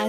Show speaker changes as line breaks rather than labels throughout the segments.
À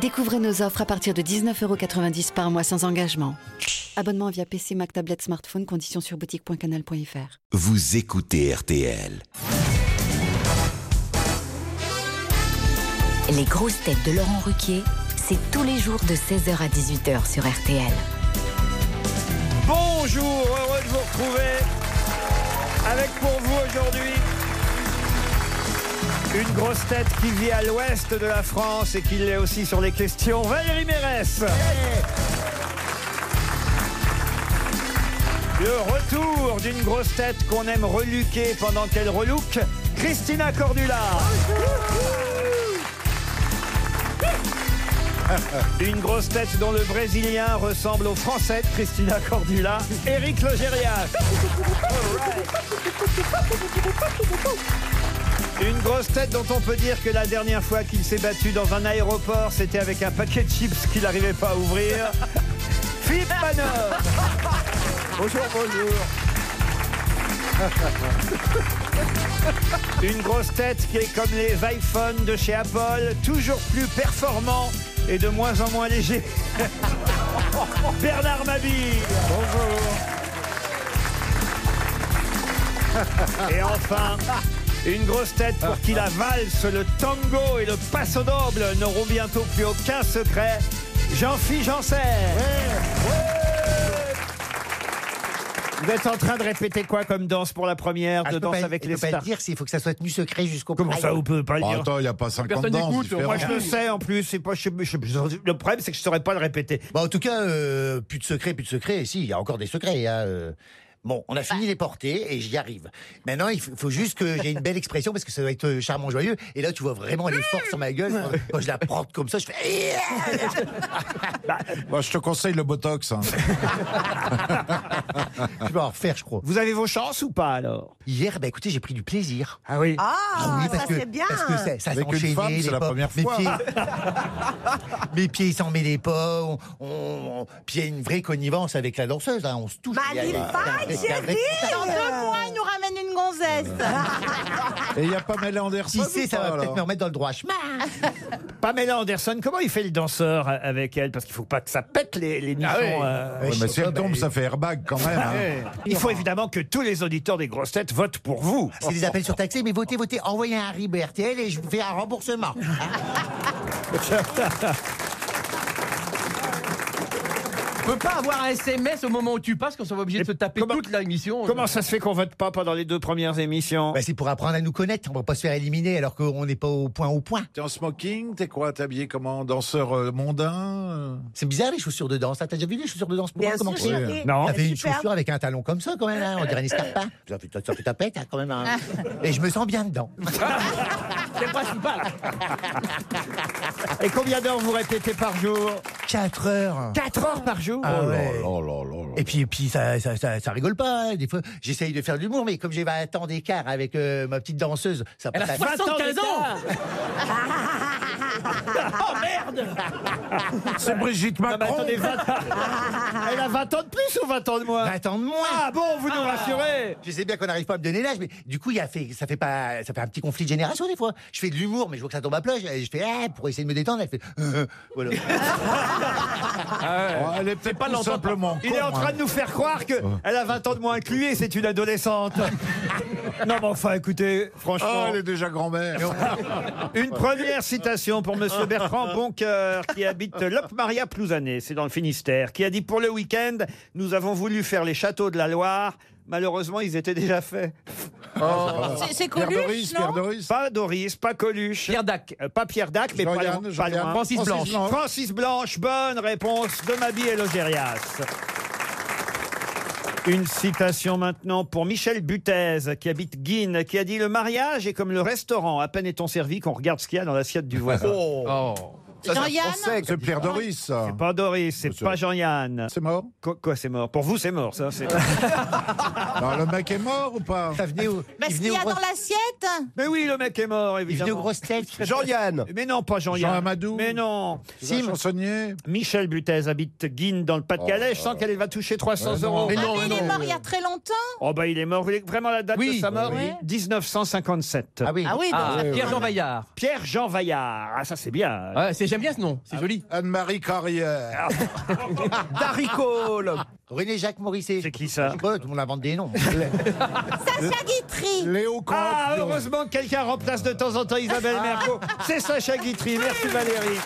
Découvrez nos offres à partir de 19,90€ par mois sans engagement. Abonnement via PC, Mac, tablette, smartphone, conditions sur boutique.canal.fr.
Vous écoutez RTL.
Les grosses têtes de Laurent Ruquier, c'est tous les jours de 16h à 18h sur RTL.
Bonjour, heureux de vous retrouver avec pour vous aujourd'hui une grosse tête qui vit à l'ouest de la France et qui l'est aussi sur les questions, Valérie Mérès. Le retour d'une grosse tête qu'on aime reluquer pendant qu'elle relouque, Christina Cordula. Une grosse tête dont le Brésilien ressemble au Français de Christina Cordula, Éric Logérias. Une grosse tête dont on peut dire que la dernière fois qu'il s'est battu dans un aéroport, c'était avec un paquet de chips qu'il n'arrivait pas à ouvrir. Philippe Manor Bonjour, bonjour Une grosse tête qui est comme les iPhones de chez Apple, toujours plus performant et de moins en moins léger. Bernard Mabille Bonjour Et enfin, une grosse tête pour qui la valse, le tango et le passo doble n'auront bientôt plus aucun secret. Jean-Philippe Janssen Vous êtes en train de répéter quoi comme danse pour la première
Ah,
de
je peux
danse
pas-
avec
je
les
peux pas
stars
le dire s'il faut que ça soit tenu secret jusqu'au
Comment ça, vous pouvez pas le
Ah,
dire
attends, il y a pas 50 Personne danses n'écoute, différentes.
Moi, je le sais en plus. c'est Pas, je- je- je- le problème, c'est que je saurais pas le répéter.
Bah, en tout cas, euh, plus de secrets, plus de secrets. Si, il y a encore des secrets. hein, euh. Bon, on a fini les portées et j'y arrive. Maintenant, il faut, faut juste que j'ai une belle expression parce que ça doit être euh, charmant, joyeux. Et là, tu vois vraiment l'effort sur ma gueule. Quand- Quand je la prends comme ça, je fais.
Moi, Bah, je te conseille le Botox. hein.
Je vais en refaire, je crois.
Vous avez vos chances ou pas alors
Hier, bah écoutez, j'ai pris du plaisir.
Ah oui.
Ah,
oui,
ça c'est bien.
Parce que ça, ça
Avec une
s'enchaînait,
femme, c'est
les
la
pas-
première
mes
fois.
Pieds, mes pieds, ils s'en mêlaient pas. On, on- on- puis il y a une vraie connivence avec la danseuse. hein, on se
Bah,
touche. Il y a- il y a un
Magnifique,
vrai- il y a un vrai
chérie.
contact.
Dans deux mois, il nous ramène une gonzesse.
Ah.
Et il n'y a pas Mel Anderson.
Qui sait,
ou
ça
pas,
va peut-être
alors
me remettre dans le droit chemin.
Bah,
Pamela Anderson, comment il fait le danseur avec elle Parce qu'il faut pas que ça pète les, les
Ah
nichons, euh,
Ouais, mais si elle tombe,
mais-
ça fait airbag quand même. hein.
Il faut évidemment que tous les auditeurs des grosses têtes votent pour vous.
Ah, C'est des appels surtaxés, mais votez, votez, envoyez un RIB RTL et je vous fais un remboursement. Ah,
On peut pas avoir un SMS au moment où tu passes, quand on va obligé de se taper
comment-
toute la mission.
Comment ça se fait qu'on vote pas pendant les deux premières émissions
Bah, c'est pour apprendre à nous connaître, on va pas se faire éliminer alors qu'on n'est pas au point au point.
T'es en smoking T'es quoi T'es habillé comment Danseur euh, mondain euh
C'est bizarre les chaussures de danse. Ah, T'as déjà vu les chaussures de danse pour
Bien
moi, comment
sûr,
c'est
chérie.
Non.
T'avais une
Superbe.
chaussure avec un talon comme ça, quand même, hein, on dirait un escarpin. Ça fait, ça fait ta pète, hein, quand même. hein. Et je me sens bien dedans.
C'est le principal.
Et combien d'heures vous répétez par jour
4 heures.
4 heures par jour
Ah
Oh là
ouais.
là là là là.
Et puis, et puis ça, ça, ça, ça rigole pas. hein. Des fois, j'essaye de faire de l'humour, mais comme j'ai 20 ans d'écart avec euh, ma petite danseuse, ça
Elle a
passe.
75 ans Oh,
C'est Brigitte
Non, mais
Macron.
attendez, 20 Elle a 20 ans de plus ou 20 ans de moins
20 ans de moins.
Ah bon, vous nous rassurez
Je sais bien qu'on n'arrive pas à me donner l'âge, mais du coup, il y a fait, ça fait pas, ça fait un petit conflit de génération des fois. Je fais de l'humour, mais je vois que ça tombe à plat. Je, je fais, ah, pour essayer de me détendre, elle fait, euh, euh, voilà.
Ah
Oh, elle est peut-être pas tout simplement. hein.
Il est en train de nous faire croire que elle a 20 ans de moins que lui et c'est une adolescente. non mais enfin écoutez,
Oh,
franchement,
elle est déjà grand-mère.
une première citation pour monsieur Bertrand Boncoeur qui habite Lopmaria Plouzané, c'est dans le Finistère, qui a dit pour le week-end, nous avons voulu faire les châteaux de la Loire, malheureusement ils étaient déjà faits.
Oh. C'est- C'est
Pierre
Coluche,
Doris,
non
Pierre Doris.
Pas Doris, pas Coluche.
Pierre Dac.
Euh, pas Pierre Dac, mais pas,
Jean-Yann,
loin- pas
Jean-Yann.
loin.
Francis Blanche.
Francis Blanche, bonne réponse de Mabie et Logérias. Une citation maintenant pour Michel Butez, qui habite Guine, qui a dit Le mariage est comme le restaurant. À peine est-on servi qu'on regarde ce qu'il y a dans l'assiette du voisin.
Oh.
Ça, c'est un
Jean-Yann
Français, C'est Pierre Doris, ça.
C'est pas Doris, c'est
Monsieur.
pas Jean-Yann.
C'est mort
Quoi, quoi, c'est mort Pour vous, c'est mort, ça. c'est-
Alors, le mec est mort ou pas
Ça venait au,
Mais
il
ce
venait
qu'il y
aux
a
grosses-
dans l'assiette
Mais oui, le mec est mort,
il venait aux
évidemment.
grosses têtes.
Jean-Yann.
Mais non, pas Jean-Yann.
Jean Amadou
Mais non.
C'est un chansonnier Oh.
Michel Butez habite Guine dans le Pas-de-Calais. Je sens qu'elle va toucher 300
Ouais, non.
euros.
Mais
Ah, mais il est mort il y a très longtemps.
Oh bah il est mort. Vous voulez vraiment la date de
Oui.
sa mort
Oui.
1957.
Ah oui.
Ah oui, donc
Ah,
ça-
Pierre Jean Vaillard.
Pierre-Jean Vaillard. Ah ça c'est bien.
Ouais, c'est- j'aime bien ce nom, c'est
Ah,
joli.
Anne-Marie Carrière.
Darry Cole.
René Jacques Morisset.
C'est qui ça
Je sais pas, Tout le monde invente des noms.
Sacha Guitry.
Léo Campion.
Ah heureusement que quelqu'un remplace de temps en temps Isabelle Mergo. C'est Sacha Guitry. Merci Valérie.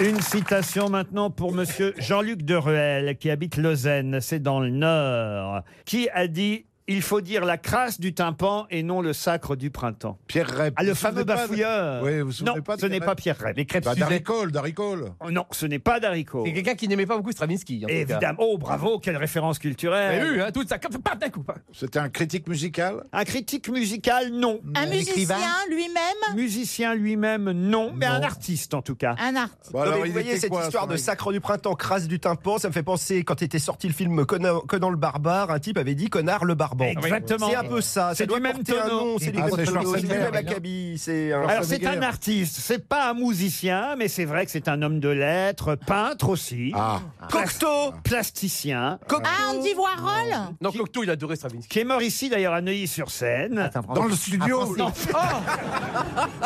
Une citation maintenant pour monsieur Jean-Luc de Ruel qui habite Lausanne, c'est dans le Nord, qui a dit il faut dire la crasse du tympan et non le sacre du printemps.
Pierre Rep.
Ah,
Vous
le
vous
fameux
souvenez pas de-
bafouilleur.
Oui, vous vous souvenez
non,
pas de
ce n'est
Pierre
pas
Rep
Pierre Rep.
Les crêpes
Bah,
Suzette.
Darry Cole, Darry Cole.
Oh Non, ce n'est pas d'haricot.
C'est quelqu'un qui n'aimait pas beaucoup Stravinsky. en tout cas.
Évidemment. Oh, bravo, quelle référence
Vous
culturelle.
avez vu, hein, tout ça, comme- pas d'un coup. pas.
C'était un critique musical
Un critique musical, non.
Un musicien lui-même.
Musicien lui-même, non. Mais un artiste, en tout cas.
Un artiste.
Bon,
Non, mais
Bah, alors,
vous
il
voyez
était
cette
quoi,
histoire
son
de
mec
sacre du printemps, crasse du tympan, ça me fait penser quand était sorti le film Conan, Conan le barbare, un type avait dit connard le barbare.
Exactement.
C'est un peu ça.
C'est
ça doit
du même
porter un
tonneau.
nom, C'est du
Ah,
même
c'est
tonneau, c'est du
Schwarzenegger,
même
non
acabit. C'est un-
Alors, c'est un
Schwarzenegger.
artiste, c'est pas un musicien, mais c'est vrai que c'est un homme de lettres, peintre aussi,
Ah,
Cocteau.
plasticien,
Ah, Andy Warhol.
Non, Cocteau, il adorait Stravinsky.
qui est mort ici d'ailleurs à Neuilly-sur-Seine.
dans le studio.
Non. Oh,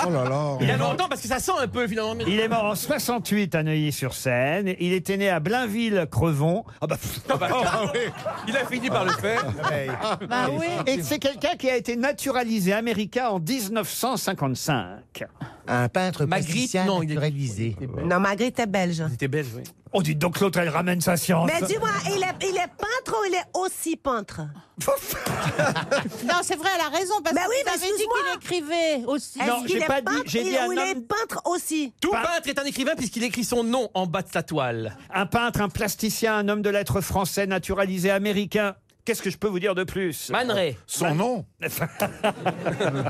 Oh là là.
il y a longtemps parce que ça sent un peu finalement.
Il est mort en 68 à Neuilly-sur-Seine. Il était né à Blainville-Crevon. Ah bah, pff,
Ah oui.
Il a fini par le faire.
Bah oui.
Ah, Et c'est quelqu'un qui a été naturalisé américain en 1955.
Un peintre
Magritte,
plasticien
non, il est-
naturalisé.
Non, Magritte est belge.
C'était belge, oui.
On dit Oh, donc l'autre, elle ramène sa science.
Mais dis-moi, il est, il est peintre ou il est aussi peintre
Non, c'est vrai, elle a raison. Parce
Mais
que
oui,
vous
mais
avez dit qu'il
excuse-moi.
écrivait aussi.
Non,
Est-ce qu'il
j'ai
est
pas dit-
peintre
j'ai
il-
dit un
ou il est
homme-
peintre aussi
Tout
Pas-
peintre est un écrivain puisqu'il écrit son nom en bas de sa toile.
Un peintre, un plasticien, un homme de lettres français naturalisé américain. Qu'est-ce que je peux vous dire de plus
Man Ray.
Son nom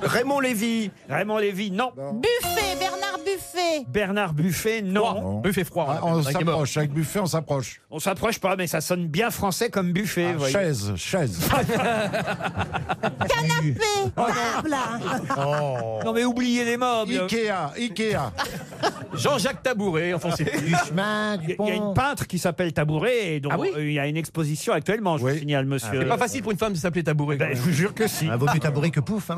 Raymond Lévy.
Raymond Lévy, non.
Buffet, Bernard Buffet.
Bernard Buffet, non.
Froid. Buffet froid. hein.
Ah,
on
On
appelle ça, qui est mort.
s'approche. Avec Buffet, on s'approche.
On s'approche pas, mais ça sonne bien français comme Buffet. vous
Ah,
voyez. Ah,
Chaise, chaise.
Canapé.
Table, hein.
Non mais oubliez les morts.
Oh.
bien-
Ikea, Ikea.
Jean-Jacques Tabouret,
Ah,
enfin c'est
Du chemin,
Il
du
y a une
pont.
peintre qui s'appelle Tabouret et dont
Ah oui
il y a une exposition actuellement, je
Oui.
vous signale, monsieur.
c'est pas facile pour une femme de s'appeler Tabouret.
Ben, je vous jure que si.
Ah, vaut mieux tabouret que pouf. Hein.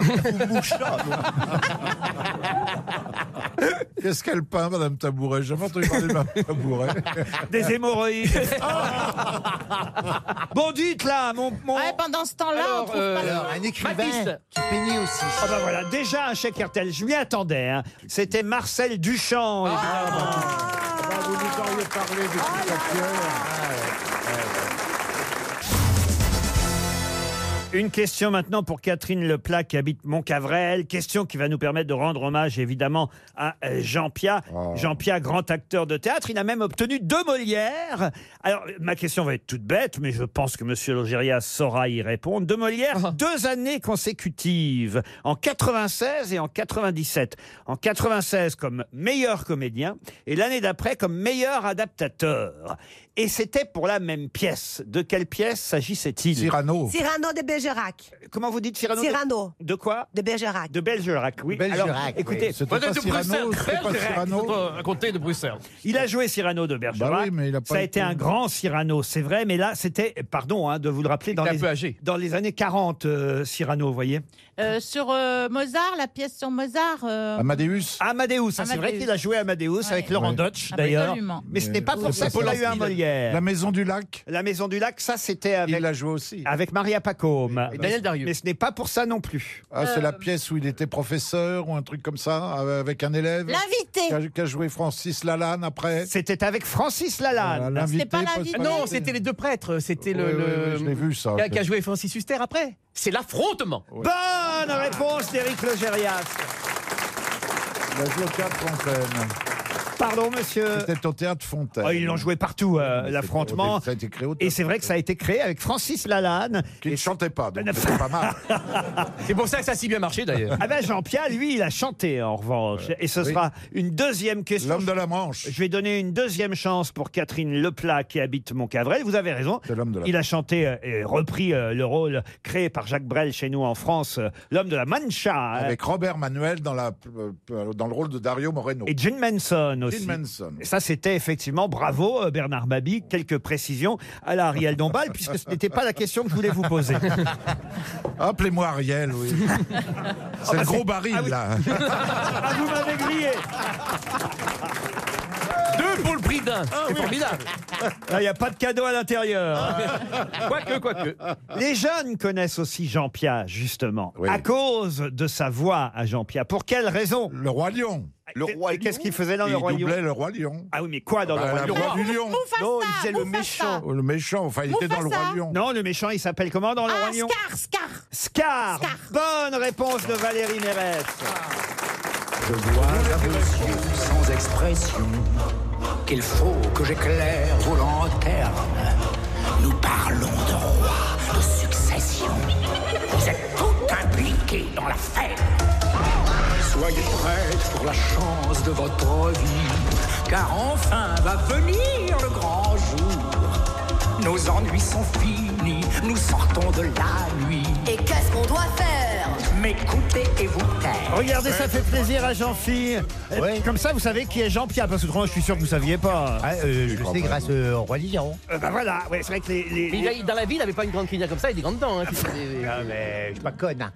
Qu'est-ce qu'elle peint, Madame Tabouret J'ai jamais entendu parler de Madame Tabouret.
Des hémorroïdes. bon, dites là, mon. mon-
Ouais, pendant ce temps-là, on
Alors,
trouve
euh,
pas le-
Alors, un écrivain
Matisse.
qui peignait aussi.
Ah bah voilà, déjà un chèque RTL, je m'y attendais. hein. C'était Marcel Duchamp. évidemment.
vous nous auriez parlé de
Ah,
cette
Une question maintenant pour Catherine Leplat qui habite Montcavrel. Question qui va nous permettre de rendre hommage évidemment à euh, Jean Pia. Jean Pia, grand acteur de théâtre, il a même obtenu deux Molières. Alors ma question va être toute bête, mais je pense que Monsieur Logérias saura y répondre. Deux Molières, deux années consécutives, en 96 et en 97. En 96 comme meilleur comédien et l'année d'après comme meilleur adaptateur. Et c'était pour la même pièce. De quelle pièce s'agissait-il
Cyrano.
Cyrano de Bergerac.
Comment vous dites Cyrano de-
Cyrano
De quoi
de Bergerac.
De Belgerac, oui.
Bergerac,
Alors,
oui.
écoutez,
C'était
Vous
pas
êtes de
Cyrano,
Bruxelles,
c'était pas
Belgerac,
Cyrano.
votre, euh, comté de Bruxelles.
il a joué Cyrano de Bergerac.
Bah oui, mais il a pas
Ça a
été-
été un grand Cyrano, c'est vrai, mais là, c'était, pardon hein, de vous le rappeler, dans
était un
les,
peu âgé.
dans les années 40, euh, Cyrano, vous voyez.
Euh, sur euh, Mozart, la pièce sur Mozart.
Ah,
euh,
Amadeus.
Amadeus, hein, c'est
Amadeus.
vrai qu'il a joué Amadeus avec Laurent
Ouais.
Dutch,
Ah,
d'ailleurs.
absolument.
Mais ce n'est pas pour
Oui,
ça
c'est
qu'il a
pas
eu un
facile.
Molière.
La Maison du Lac.
La Maison du Lac, ça, c'était avec,
Il a joué aussi.
avec Maria Pacôme.
Et Daniel Darieux.
Mais ce n'est pas pour ça non plus.
Ah, c'est
Euh.
la pièce où il était professeur ou un truc comme ça, euh, avec un élève.
L'invité.
Qu'a qu'a joué Francis Lalanne après.
C'était avec Francis
Euh,
Lalanne.
l'invité,
C'était pas l'invité.
pas-
Non, c'était les deux prêtres, c'était le.
Oui, oui,
le-
oui, je l'ai vu, ça.
Qui a, qui a joué Francis Huster après C'est l'affrontement.
Bonne réponse d'Éric Logérias.
Il a joué au théâtre Fontaine.
Pardon, monsieur.
C'était au théâtre Fontaine.
Oh, ils l'ont joué partout, euh, l'affrontement.
Ça a été créé au
Et
théâtre
c'est vrai que ça a été créé avec Francis Lalanne.
Qui ne chantait pas, donc
Ah, non.
c'était pas mal.
C'est pour ça que ça a si bien marché d'ailleurs.
Ah ben Jean-Pierre, lui, il a chanté en revanche. Et ce
Oui.
sera une deuxième question.
L'homme de la Manche.
Je vais donner une deuxième chance pour Catherine Leplat qui habite Montcavrel. Vous avez raison.
C'est l'homme de la
Il a chanté euh, et repris euh, le rôle créé par Jacques Brel chez nous en France, euh, l'homme de la Mancha. hein.
Avec Robert Manuel dans, la, euh, dans le rôle de Dario Moreno.
Et Jim Manson aussi.
Jim Manson.
Et ça, c'était effectivement bravo euh, Bernard Mabi. Quelques précisions à la Ariel Dombal, puisque ce n'était pas la question que je voulais vous poser.
Appelez-moi Ariel, oui. Ah, c'est le gros baril, là.
Ah, vous m'avez grillé
Deux pour le prix d'un. C'est formidable.
Ah Là, Il n'y a pas de cadeau à l'intérieur.
Quoique, quoique.
Les jeunes connaissent aussi Jean-Pierre, justement,
Oui.
à cause de sa voix à Jean-Pierre. Pour quelle raison
Le roi lion.
Le roi Qu'est-ce qu'il faisait dans
il
le roi Lion
doublait le roi lion.
Ah oui, mais quoi dans
Bah,
le
la
roi Lion
voix du lion.
Mufasa,
Non, il faisait le
Mufasa.
méchant.
Oh, le méchant, enfin, il était dans le roi
Mufasa.
lion.
Non, le méchant, il s'appelle comment dans le
Ah,
roi Lion
Scar, Scar.
Scar. Bonne réponse de Valérie Mérès.
Je vois à vos yeux sans expression qu'il faut que j'éclaire vos lanternes. Nous parlons de roi, de succession. Vous êtes tout impliqués dans la fête. Soyez prêts pour la chance de votre vie, car enfin va venir le grand jour. Nos ennuis sont finis, nous sortons de la nuit.
Et qu'est-ce qu'on doit faire
M'écoutez et vous taire.
Regardez, ça fait plaisir à Jean-Fille. Euh,
Ouais.
Comme ça, vous savez qui est Jean-Pierre, parce que autrement, je suis sûr que vous saviez pas.
Ah, euh, je le sais grâce euh, au roi lion.
Euh, bah voilà, ouais, c'est vrai que les. les-
Mais il a- dans la vie, il n'avait pas une grande crinière comme ça, il était grand dedans. hein.
Ah, mais je suis pas conne. hein.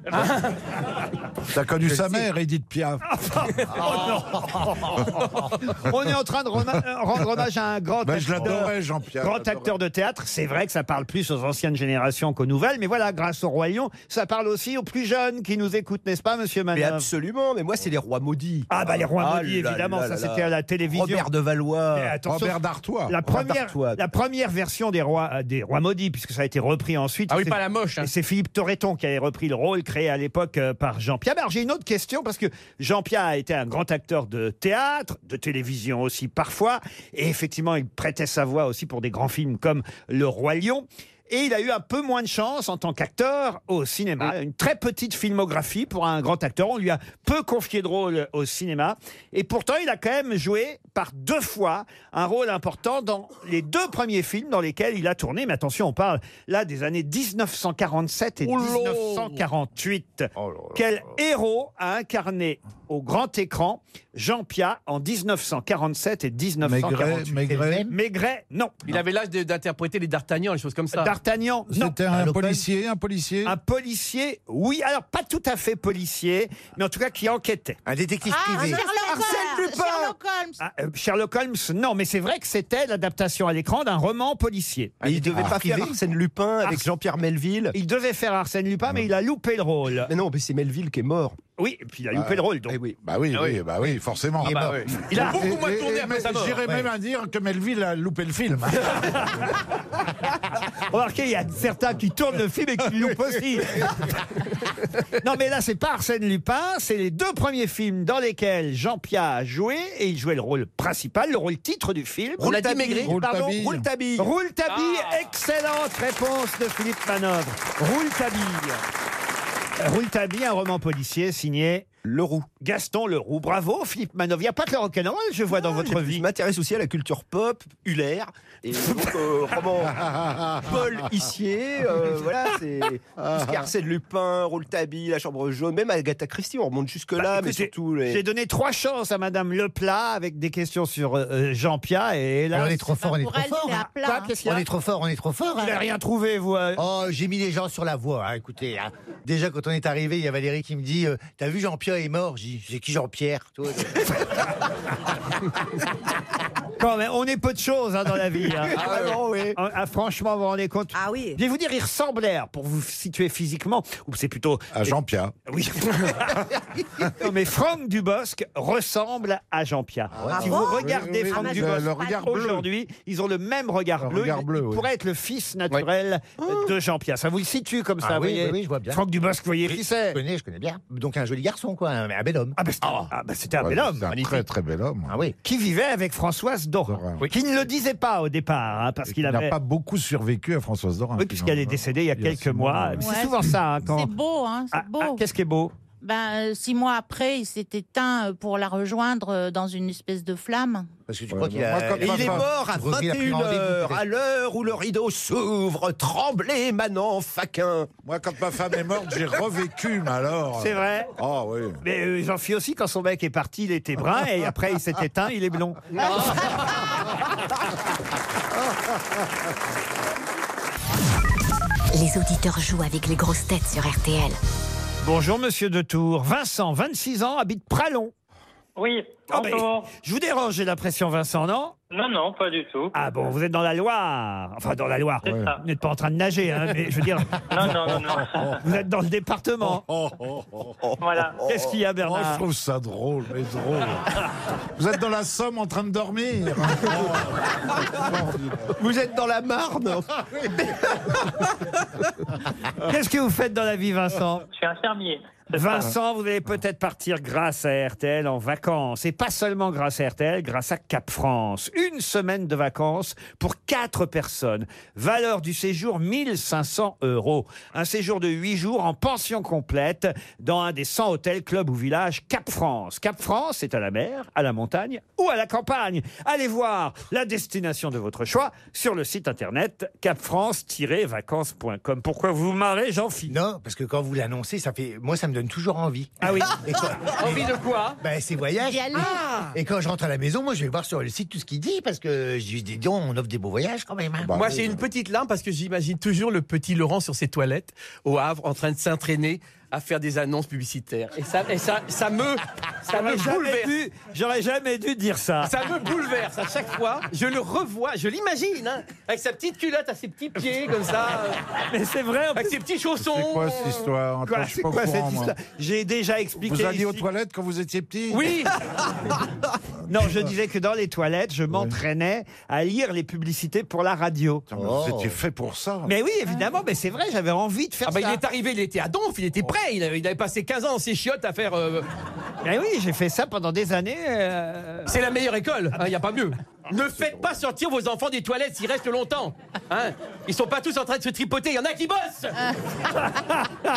T'as connu sa mère, Edith Piaf.
Ah,
Ah.
Oh, On est en train de roma- euh, rendre hommage à un grand
Ben, je
acteur.
l'adorais, Jean-Pierre.
Grand acteur de théâtre, c'est vrai que ça parle plus aux anciennes générations qu'aux nouvelles, mais voilà, grâce au Roi Lion, ça parle aussi aux plus jeunes qui nous écoutent, n'est-ce pas, monsieur
Mais
Manon
absolument, mais moi, c'est les rois maudits.
Ah bah les rois
Ah
maudits,
là
évidemment,
là
ça
là là.
c'était à la télévision.
Robert de Valois.
Mais attention,
Robert d'Artois.
la première,
Artois.
la première version des rois, euh, des rois maudits, puisque ça a été repris ensuite.
Ah oui,
c'est-
pas la moche. hein.
et c'est Philippe Torreton qui avait repris le rôle créé à l'époque euh, par Jean-Pierre. Mais alors, j'ai une autre question parce que Jean-Pierre a été un grand acteur de théâtre, de télévision aussi parfois. Et effectivement, il prêtait sa voix aussi pour des grands films comme Le Roi Lion. Et il a eu un peu moins de chance en tant qu'acteur au cinéma. Une très petite filmographie pour un grand acteur. On lui a peu confié de rôle au cinéma. Et pourtant, il a quand même joué par deux fois un rôle important dans les deux premiers films dans lesquels il a tourné. Mais attention, on parle là des années 1947 et
Oh là
1948.
Oh là là.
Quel héros a incarné au grand écran Jean-Pierre en 1947 et
Maigret,
1948
Maigret.
Maigret, non.
Il avait l'âge de- d'interpréter les D'Artagnan, les choses comme ça.
D'Artagnan, non. Bah,
C'était un policier, un policier.
Un policier, oui, alors pas tout à fait policier, mais en tout cas qui enquêtait.
Un détective
Ah,
privé.
Sherlock Holmes. Sherlock Holmes.
Ah, euh, Sherlock Holmes, non, mais c'est vrai que c'était l'adaptation à l'écran d'un roman policier.
Mais il
Ah,
devait pas faire Arsène Lupin avec Jean-Pierre Melville.
Il devait faire Arsène Lupin, mais il a loupé le rôle.
Mais non, mais c'est Melville qui est mort.
Oui, et puis il a loupé le rôle, donc. Ah
Eh oui.
Bah oui, oui, bah oui, forcément.
Il est mort.
Il a beaucoup
Et-
moins
et-
tourné
et-
après sa
mais
mort.
J'irais même à dire que Melville a loupé le film.
Remarquez, il y a certains qui tournent le film et qui loupent aussi. non, mais là, c'est pas Arsène Lupin, c'est les deux premiers films dans lesquels Jean-Pierre a joué, et il jouait le rôle principal, le rôle titre du film.
On l'a dit Maigret.
Pardon,
Rouletabille.
Rouletabille. Rouletabille,
Ah.
excellente réponse de Philippe Manœuvre. Rouletabille. Rouletabille, un roman policier signé Leroux. Gaston Leroux. Bravo, Philippe Manœuvre. Il n'y a pas que le rock'n'roll, je vois dans votre
Je
vie.
m'intéresse aussi à la culture pop, Huller, et donc, euh, roman Paul Issier, euh, voilà, c'est tout ce qui est Arsène Lupin, Rouletabille, La Chambre jaune, même Agatha Christie, on remonte jusque-là, mais
Écoutez,
surtout
Bah, J'ai
les...
donné trois chances à Madame Leplat avec des questions sur euh, euh, Jean-Pierre et
Ah, On
là.
est trop fort, on est
Pour
trop
elle,
fort.
il est à
hein.
plat. hein.
qu'est-ce qu'il y
On
a
est trop fort, on est trop fort.
Vous
hein.
n'avez rien trouvé, vous. euh.
Oh, j'ai mis les gens sur la voie. hein, écoutez, hein. déjà quand on est arrivé, il y a Valérie qui me dit euh, T'as vu Jean-Pierre est mort J'ai dit, C'est qui Jean-Pierre toi
Quand même, on est peu de choses hein, dans la vie. hein.
Ah, vraiment, oui.
Ah, ah, franchement, vous vous rendez compte Ah oui. Je vais vous dire, il ressemblait, alors, pour vous situer physiquement, ou c'est plutôt... À Jean-Pierre. Oui. non, mais Franck Dubosc ressemble à Jean-Pierre.
ouais.
si
Ah
vous
bon Oui,
regardez
oui, oui.
Franck
Le-
Dubosc
le regard bleu.
aujourd'hui, ils ont le même regard bleu.
regard
il
bleu,
il
oui.
pourrait être le fils naturel de Jean-Pierre. Ça vous le situe comme ça,
Ah
vous
oui,
voyez
oui, oui, je vois bien.
Franck Dubosc, vous voyez
Oui,
qui c'est
Je connais, je connais bien. Donc un joli garçon, quoi, un, un bel homme.
Ah, bah c'était un
Ouais,
bel homme.
c'est un
Très très bel homme. hein.
Ah oui.
Qui vivait avec Françoise Dorin. Qui ne le disait pas au départ, hein, parce
Il
qu'il
n'a
avait...
pas beaucoup survécu à Françoise Dorin. hein.
Oui, puisqu'elle est décédée il y a
Il y a
quelques
six mois,
mois.
ouais.
C'est
Ouais.
souvent ça, hein, quand...
C'est beau, hein, c'est beau.
Ah, Qu'est-ce qui est beau
Ben, euh, six mois après, il s'est éteint euh, pour la rejoindre euh, dans une espèce de flamme.
Parce que tu
crois
qu'il a- Moi, comme
Et
ma
il est
femme.
mort à
Rosie l'a pris
21h,
rendez-vous,
à l'heure où le rideau s'ouvre. Tremblez, Manon, faquin.
Moi, quand ma femme est morte, j'ai revécu, mais alors.
C'est vrai
Ah oui.
Mais euh, j'en suis aussi, quand son mec est parti, il était brun, et après il s'est éteint, il est blond.
Les auditeurs jouent avec les grosses têtes sur RTL.
Bonjour Monsieur de Tour. Vincent, 26 ans, habite Pralon.
Oui,
Ah, ben, je vous dérange, j'ai l'impression, Vincent, non
Non, non, pas du tout.
Ah bon, vous êtes dans la Loire. Enfin, dans la Loire.
C'est ça.
Vous n'êtes pas en train de nager, hein, mais je veux dire,
Non, non, non, non.
vous êtes dans le département.
Voilà.
Qu'est-ce qu'il y a, Bernard
Oh, Je trouve ça drôle, mais drôle. Vous êtes dans la Somme en train de dormir. Oh.
Vous êtes dans la Marne.
Ah
Qu'est-ce que vous faites dans la vie, Vincent
Je suis infirmier.
Vincent, vous allez peut-être partir grâce à RTL en vacances. Et pas seulement grâce à RTL, grâce à Cap France. Une semaine de vacances pour quatre personnes. Valeur du séjour 1500 euros. Un séjour de 8 jours en pension complète dans un des 100 hôtels, clubs ou villages Cap France. Cap France c'est à la mer, à la montagne ou à la campagne. Allez voir la destination de votre choix sur le site internet capfrance-vacances.com. Pourquoi vous vous marrez, Jean-Philippe
Non, parce que quand vous l'annoncez, ça fait. Moi, ça me donne toujours envie.
Ah oui.
envie de quoi Ben, ces voyages.
D'y aller. Ah
Et quand je rentre à la maison, moi, je vais voir sur le site tout ce qu'il dit, parce que je dis, dis donc, on offre des beaux voyages quand même. hein.
Bah,
Moi, j'ai une petite larme parce que j'imagine toujours le petit Laurent sur ses toilettes au Havre en train de s'entraîner à faire des annonces publicitaires. Et ça, et ça, ça me, ça
J'aurais
me
jamais
bouleverse.
dû- J'aurais jamais dû dire ça.
Ça me bouleverse à chaque fois. Je le revois, je l'imagine, hein, avec sa petite culotte, à ses petits pieds comme ça.
Mais c'est vrai.
Avec ses petits chaussons.
C'est quoi cette histoire Attends,
Quoi,
je suis
c'est
pas au
quoi
courant,
cette
moi.
histoire J'ai déjà expliqué.
Vous alliez aux
ici-
toilettes quand vous étiez petit
Oui. Non, je disais que dans les toilettes, je m'entraînais à lire les publicités pour la radio.
mais vous Oh. étiez fait pour ça.
Mais oui, évidemment, mais c'est vrai, j'avais envie de faire
Ah bah,
ça.
il est arrivé, il était à Donf, il était prêt, il avait, il avait passé 15 ans en ses chiottes à faire. euh,
Ben oui, j'ai fait ça pendant des années. euh.
C'est la meilleure école, hein, il n'y a pas mieux. Ne faites pas sortir vos enfants des toilettes s'ils restent longtemps. Hein Ils sont pas tous en train de se tripoter, il y en a qui bossent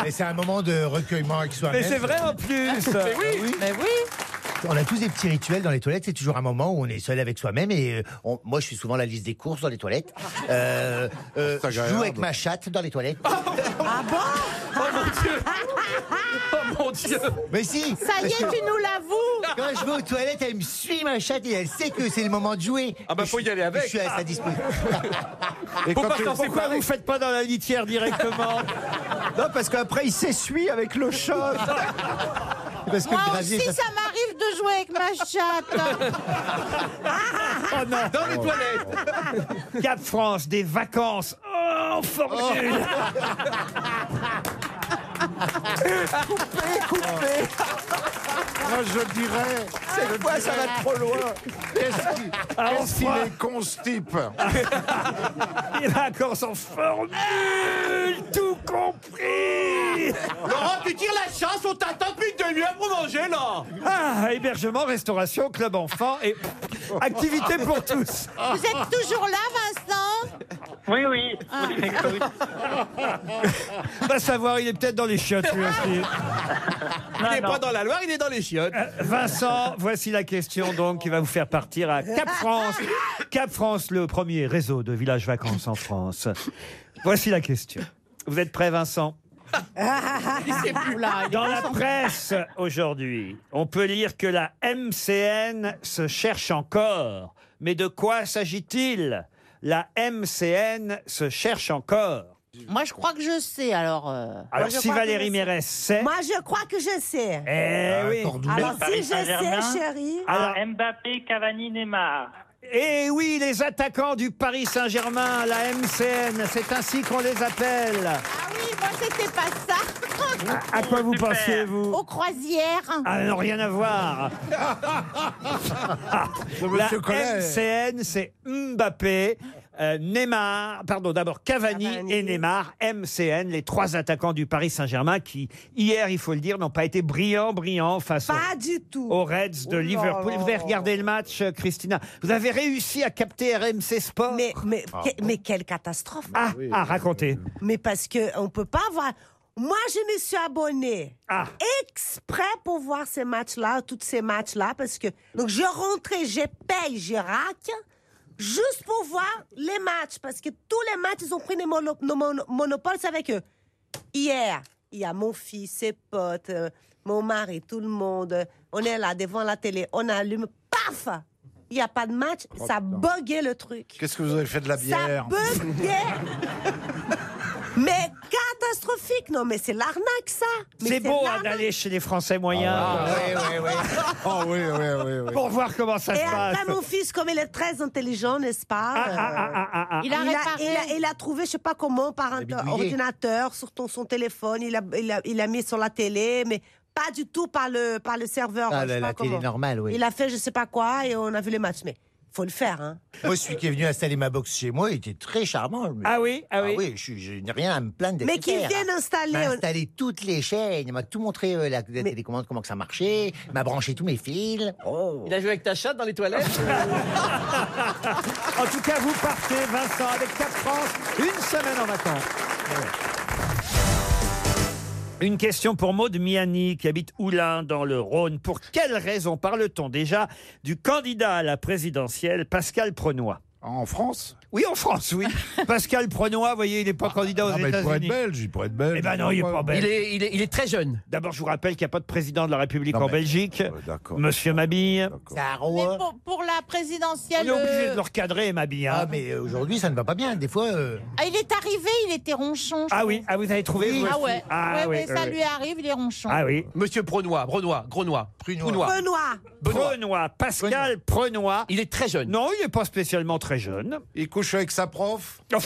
Mais c'est un moment de recueillement avec soi-même.
Mais c'est vrai,
en plus.
Mais oui Mais oui
On a tous des petits rituels dans les toilettes. C'est toujours un moment où on est seul avec soi-même. Et euh, on- moi, je suis souvent la liste des courses dans les toilettes. Euh, euh, je joue avec ma chatte dans les toilettes.
Ah bon
Oh mon dieu Oh mon dieu
Mais si
Ça y est,
parce que
tu nous l'avoues
Quand je vais aux toilettes, elle me suit, ma chatte, et elle sait que c'est le moment de jouer.
Ah bah,
Et
faut
je-
y aller avec.
Je suis à sa disposition.
Et
Faut
quand
pas
tu-
s'en
Pourquoi
séparer.
vous faites pas dans la litière directement
Non, parce qu'après, il s'essuie avec le chat.
Parce que
Moi
le
aussi,
gravier, ça-
ça m'arrive de jouer avec ma chatte.
Oh non
Dans les toilettes
Oh.
Cap France, des vacances Oh, en formule
Oh. Moi, je dirais,
Cette fois, ça va trop loin.
qu'est-ce qui-
Ah, on
qu'est-ce qu'il
croit.
est con, ce type
Les vacances en formule Tout compris
Laurent, tu tires la chasse, on t'attend depuis une demi-heure pour manger, là
Ah, hébergement, restauration, club enfant et activité pour tous.
Vous êtes toujours là, Vincent
Oui, oui.
Va savoir, il est peut-être dans les chiottes lui aussi. Ah, Euh,
Il n'est pas dans la Loire, il est dans les chiottes.
Vincent, voici la question donc qui va vous faire partir à Cap France. Cap France, le premier réseau de villages vacances en France. Voici la question. Vous êtes prêt, Vincent
Oula, Ah, il-
Dans la presse aujourd'hui, on peut lire que la MCN se cherche encore. Mais de quoi s'agit-il La MCN se cherche encore.
Moi, je crois que je sais, alors... euh,
Alors,
Moi, je
si
crois que
Valérie
je sais.
Mérès sait.
Moi, je crois que je sais.
Eh oui.
Alors,
Paris
si je sais,
Saint-Germain.
chérie.
Alors,
Mbappé, Cavani, Neymar.
Et Eh oui, les attaquants du Paris Saint-Germain, la MCN, c'est ainsi qu'on les appelle.
Oui, moi, c'était pas ça.
À- à quoi vous Super. pensiez, vous
Aux croisières.
Ah non, rien à voir. Ah, La
monsieur Collet.
MCN, c'est Mbappé, euh, Neymar, pardon, d'abord Cavani, et Neymar, MCN, les trois attaquants du Paris Saint-Germain qui, hier, il faut le dire, n'ont pas été brillants, brillants face
Pas
aux-
du tout.
aux Reds de
Oh là
Liverpool.
là.
Vous avez regardé le match, euh, Christina. Vous avez réussi à capter RMC Sport.
Mais, mais,
Ah.
que- mais quelle catastrophe.
Ah, ah, racontez.
Mais parce qu'on ne peut pas voir. Moi, je me suis abonnée
Ah.
exprès pour voir ces matchs-là, tous ces matchs-là, parce que. Donc, je rentrais, je paye, je raque, juste pour voir les matchs, parce que tous les matchs, ils ont pris des mono- nos mono- monopoles c'est avec eux. Hier, il y a mon fils, ses potes, euh, mon mari, tout le monde. On est là devant la télé, on allume, paf Il n'y a pas de match,
Oh,
ça
putain.
buguait le truc.
Qu'est-ce que vous avez fait de la
Ça
bière
bug bien. mais catastrophique, non, mais c'est l'arnaque, ça. Mais
C'est beau hein,
l'arnaque.
d'aller chez les Français moyens.
Ah, Oh oui, oui, oui, oui.
Pour voir comment ça
Et
se passe.
après, mon fils, comme il est très intelligent, n'est-ce pas
Ah,
Ah,
euh,
Il a réparé.
il a- il a trouvé, je sais pas comment, par un
bidouillé.
ordinateur, sur ton- son téléphone, il a, il, a, il a mis sur la télé, mais pas du tout par le, par le serveur.
Ah,
je sais
la-
pas
la télé
comment.
normale, oui.
Il a fait je sais pas quoi et on a vu les matchs, mais faut le faire, hein.
Moi, celui qui est venu installer ma box chez moi, il était très charmant. lui.
Ah oui, ah oui.
je, suis- je n'ai rien à me plaindre. d'être
Mais qu'il
clair.
vienne installer-
Il m'a installé toutes les chaînes. Il m'a tout montré euh, la, la télécommande, comment que ça marchait. Il m'a branché tous mes fils. Oh.
Il a joué avec ta chatte dans les toilettes
En tout cas, vous partez, Vincent, avec Cap France, une semaine en vacances. Une question pour Maude Miani, qui habite Oulin, dans le Rhône. Pour quelle raison parle-t-on déjà du candidat à la présidentielle, Pascal Prenoy
En France
Oui, en France, oui. Pascal Prenoy, vous voyez, il n'est pas candidat aux
Ah, mais il pourrait être
États-Unis.
belge, il pourrait être belge.
Eh ben non, il est pas belge.
il est, il, est, il est très jeune.
D'abord, je vous rappelle qu'il n'y a pas de président de la République
Non,
en
mais-
Belgique.
Euh, D'accord.
Monsieur Mabille.
C'est un
Mais
roi.
pour, pour la
On
présidentielle.
est obligé
euh,
de le recadrer, Mabille. hein.
Ah, mais euh, aujourd'hui, ça ne va pas bien. Des fois, euh,
ah, il est arrivé, il était ronchon. je
Ah oui,
trouve.
ah, vous avez trouvé vous
Ah
aussi.
ouais.
Ah
ouais,
oui,
ouais, ça
oui,
lui
oui.
arrive, il est ronchon.
Ah oui.
Monsieur Prenoy,
Ah,
Brenoy, Grenoy, Prunoy.
Benoît,
Benoît.
Prenoy, Pascal Prenoy.
Il est très jeune.
Non, il n'est pas spécialement très jeune.
il couche avec sa prof.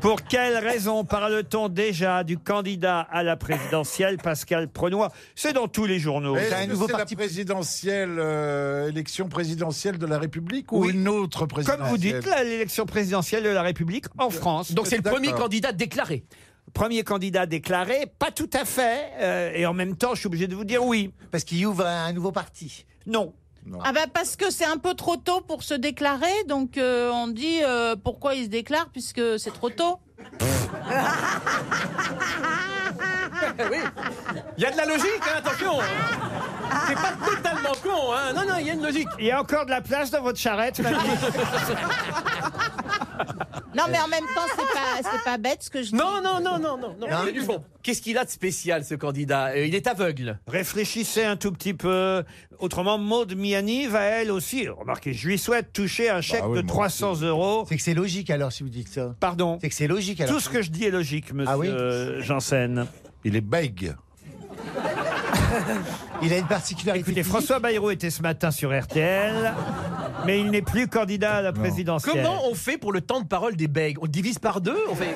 Pour quelle raison parle-t-on déjà du candidat à la présidentielle, Pascal Prenoy C'est dans tous les journaux.
Est-ce que
nouveau
Eh, c'est la
parti-
présidentielle, euh, élection présidentielle de la République ou
Oui.
une autre
Comme
présidentielle
vous dites, là, l'élection présidentielle de la République en France.
Donc c'est le
Euh, D'accord.
premier candidat déclaré.
Premier candidat déclaré, pas tout à fait, euh, et en même temps, je suis obligé de vous dire oui.
parce qu'il ouvre un nouveau parti.
Non.
Ah bah parce que c'est un peu trop tôt pour se déclarer, donc euh, on dit euh, pourquoi il se déclare puisque c'est trop tôt.
Il y a de la logique, hein, attention C'est pas totalement con, hein. Non, non, il y a une logique.
Il y a encore de la place dans votre charrette, Mabille
Non mais en même temps c'est pas c'est pas bête ce que je dis.
Non, non, non, non, non, non.
Hein
il y a du bon. Qu'est-ce qu'il a de spécial, ce candidat Euh, Il est aveugle.
Réfléchissez un tout petit peu. Autrement, Maud Miani va elle aussi, remarquez, je lui souhaite toucher un chèque
Bah oui,
de
moi
300 euros.
C'est que c'est logique alors si vous dites ça.
Pardon.
C'est que c'est logique alors.
Tout ce que je dis est logique, monsieur
Ah oui
euh, Janssen.
Il est bègue.
Bah,
Il a une particularité.
Écoutez,
physique.
François Bayrou était ce matin sur RTL, mais il n'est plus candidat à la présidentielle.
Comment on fait pour le temps de parole des bègues On divise par deux On fait.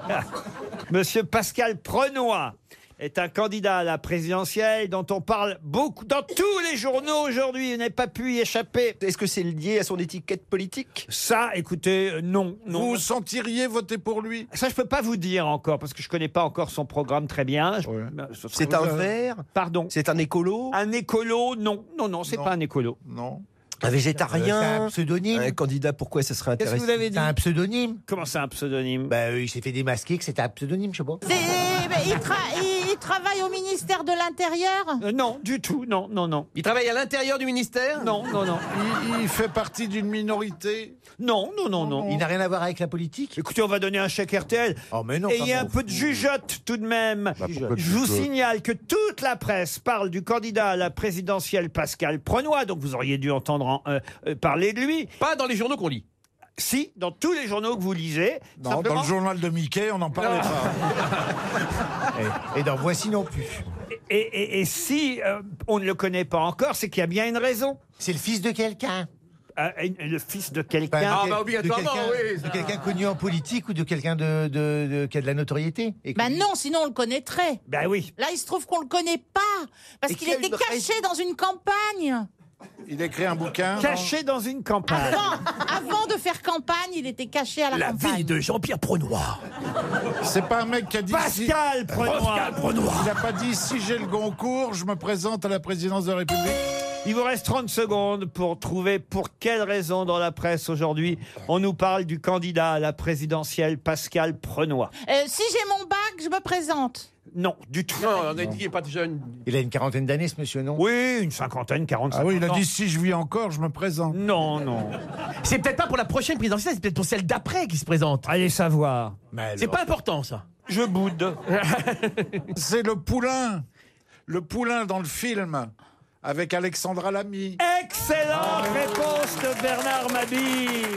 Monsieur Pascal Prenoy est un candidat à la présidentielle dont on parle beaucoup dans tous les journaux aujourd'hui. Il n'a pas pu y échapper.
Est-ce que c'est lié à son étiquette politique
Ça, écoutez, euh, non, non.
Vous sentiriez voter pour lui
Ça, je peux pas vous dire encore parce que je connais pas encore son programme très bien. Je- Ben,
Ouais.
Ce serait-
C'est un vert
Pardon.
C'est un écolo
Un écolo Non, non, non, c'est
Non.
pas un écolo.
Un
Non.
Euh, c'est un
végétarien
pseudonyme.
Un candidat, pourquoi ce serait
Qu'est-ce que
intéressant
vous avez dit
C'est un pseudonyme.
Comment c'est un pseudonyme
Bah, euh, il s'est fait démasquer que c'était un pseudonyme, je sais pas.
C'est- mais il, tra- il- il travaille au ministère de l'Intérieur.
Euh, Non, du tout. Non, non, non,
Il travaille à l'intérieur du ministère
non, non, non,
Il, il fait partie d'une minorité Ah
non, non, non, non.
Il n'a rien à voir avec la politique.
Écoutez, on va donner un chèque RTL.
Oh, mais non.
Et
pas
il y a un
bon.
peu de jugeote tout de même.
pourquoi
Je vous
tu peux
signale que toute la presse parle du candidat à la présidentielle Pascal Prenoy, donc vous auriez dû entendre en- euh, euh, parler de lui.
Pas dans les journaux qu'on lit.
Si, dans tous les journaux que vous lisez.
Non, dans le journal de Mickey, on n'en parlait
Et, dans Voici non plus.
Et, et- et si euh, on ne le connaît pas encore, c'est qu'il y a bien une raison. Euh,
C'est le fils de quelqu'un.
le fils de
Enfin,
quelqu'un.
Ah,
de
bah,
quel- de quelqu'un- De quelqu'un connu en politique ou de quelqu'un de, de- de- qui a de la notoriété et
Bah non, sinon on le connaîtrait.
Bah oui.
Là, il se trouve qu'on le connaît pas parce
Et qu'il
qu'il
y a
était
une
caché dans une campagne.
Il écrit un bouquin.
Caché dans une
Ah.
campagne.
Avant, avant de faire campagne, il était caché à Ah, la,
La
campagne.
vie de Jean-Pierre Prenoir. C'est pas un mec qui a dit.
Pascal Prenoir.
Pascal Il n'a pas dit si j'ai le Goncourt, je me présente à la présidence de la République.
Il vous reste 30 secondes pour trouver pour quelle raison dans la presse aujourd'hui on nous parle du candidat à la présidentielle Pascal Prenoy.
Euh, si j'ai mon bac, je me présente.
Non, du tout.
Non, on a dit qu'il n'est pas jeune.
Il a une quarantaine d'années, ce monsieur, non
Oui, une cinquantaine, quarante.
Ah oui, il a dit si je vis encore, je me présente.
Non, non.
C'est peut-être pas pour la prochaine présidentielle, c'est peut-être pour celle d'après qui se présente.
Allez savoir.
C'est pas important ça.
Je boude.
C'est le poulain. Le poulain dans le film avec Alexandra Lamy.
Excellente réponse de Bernard Mabille.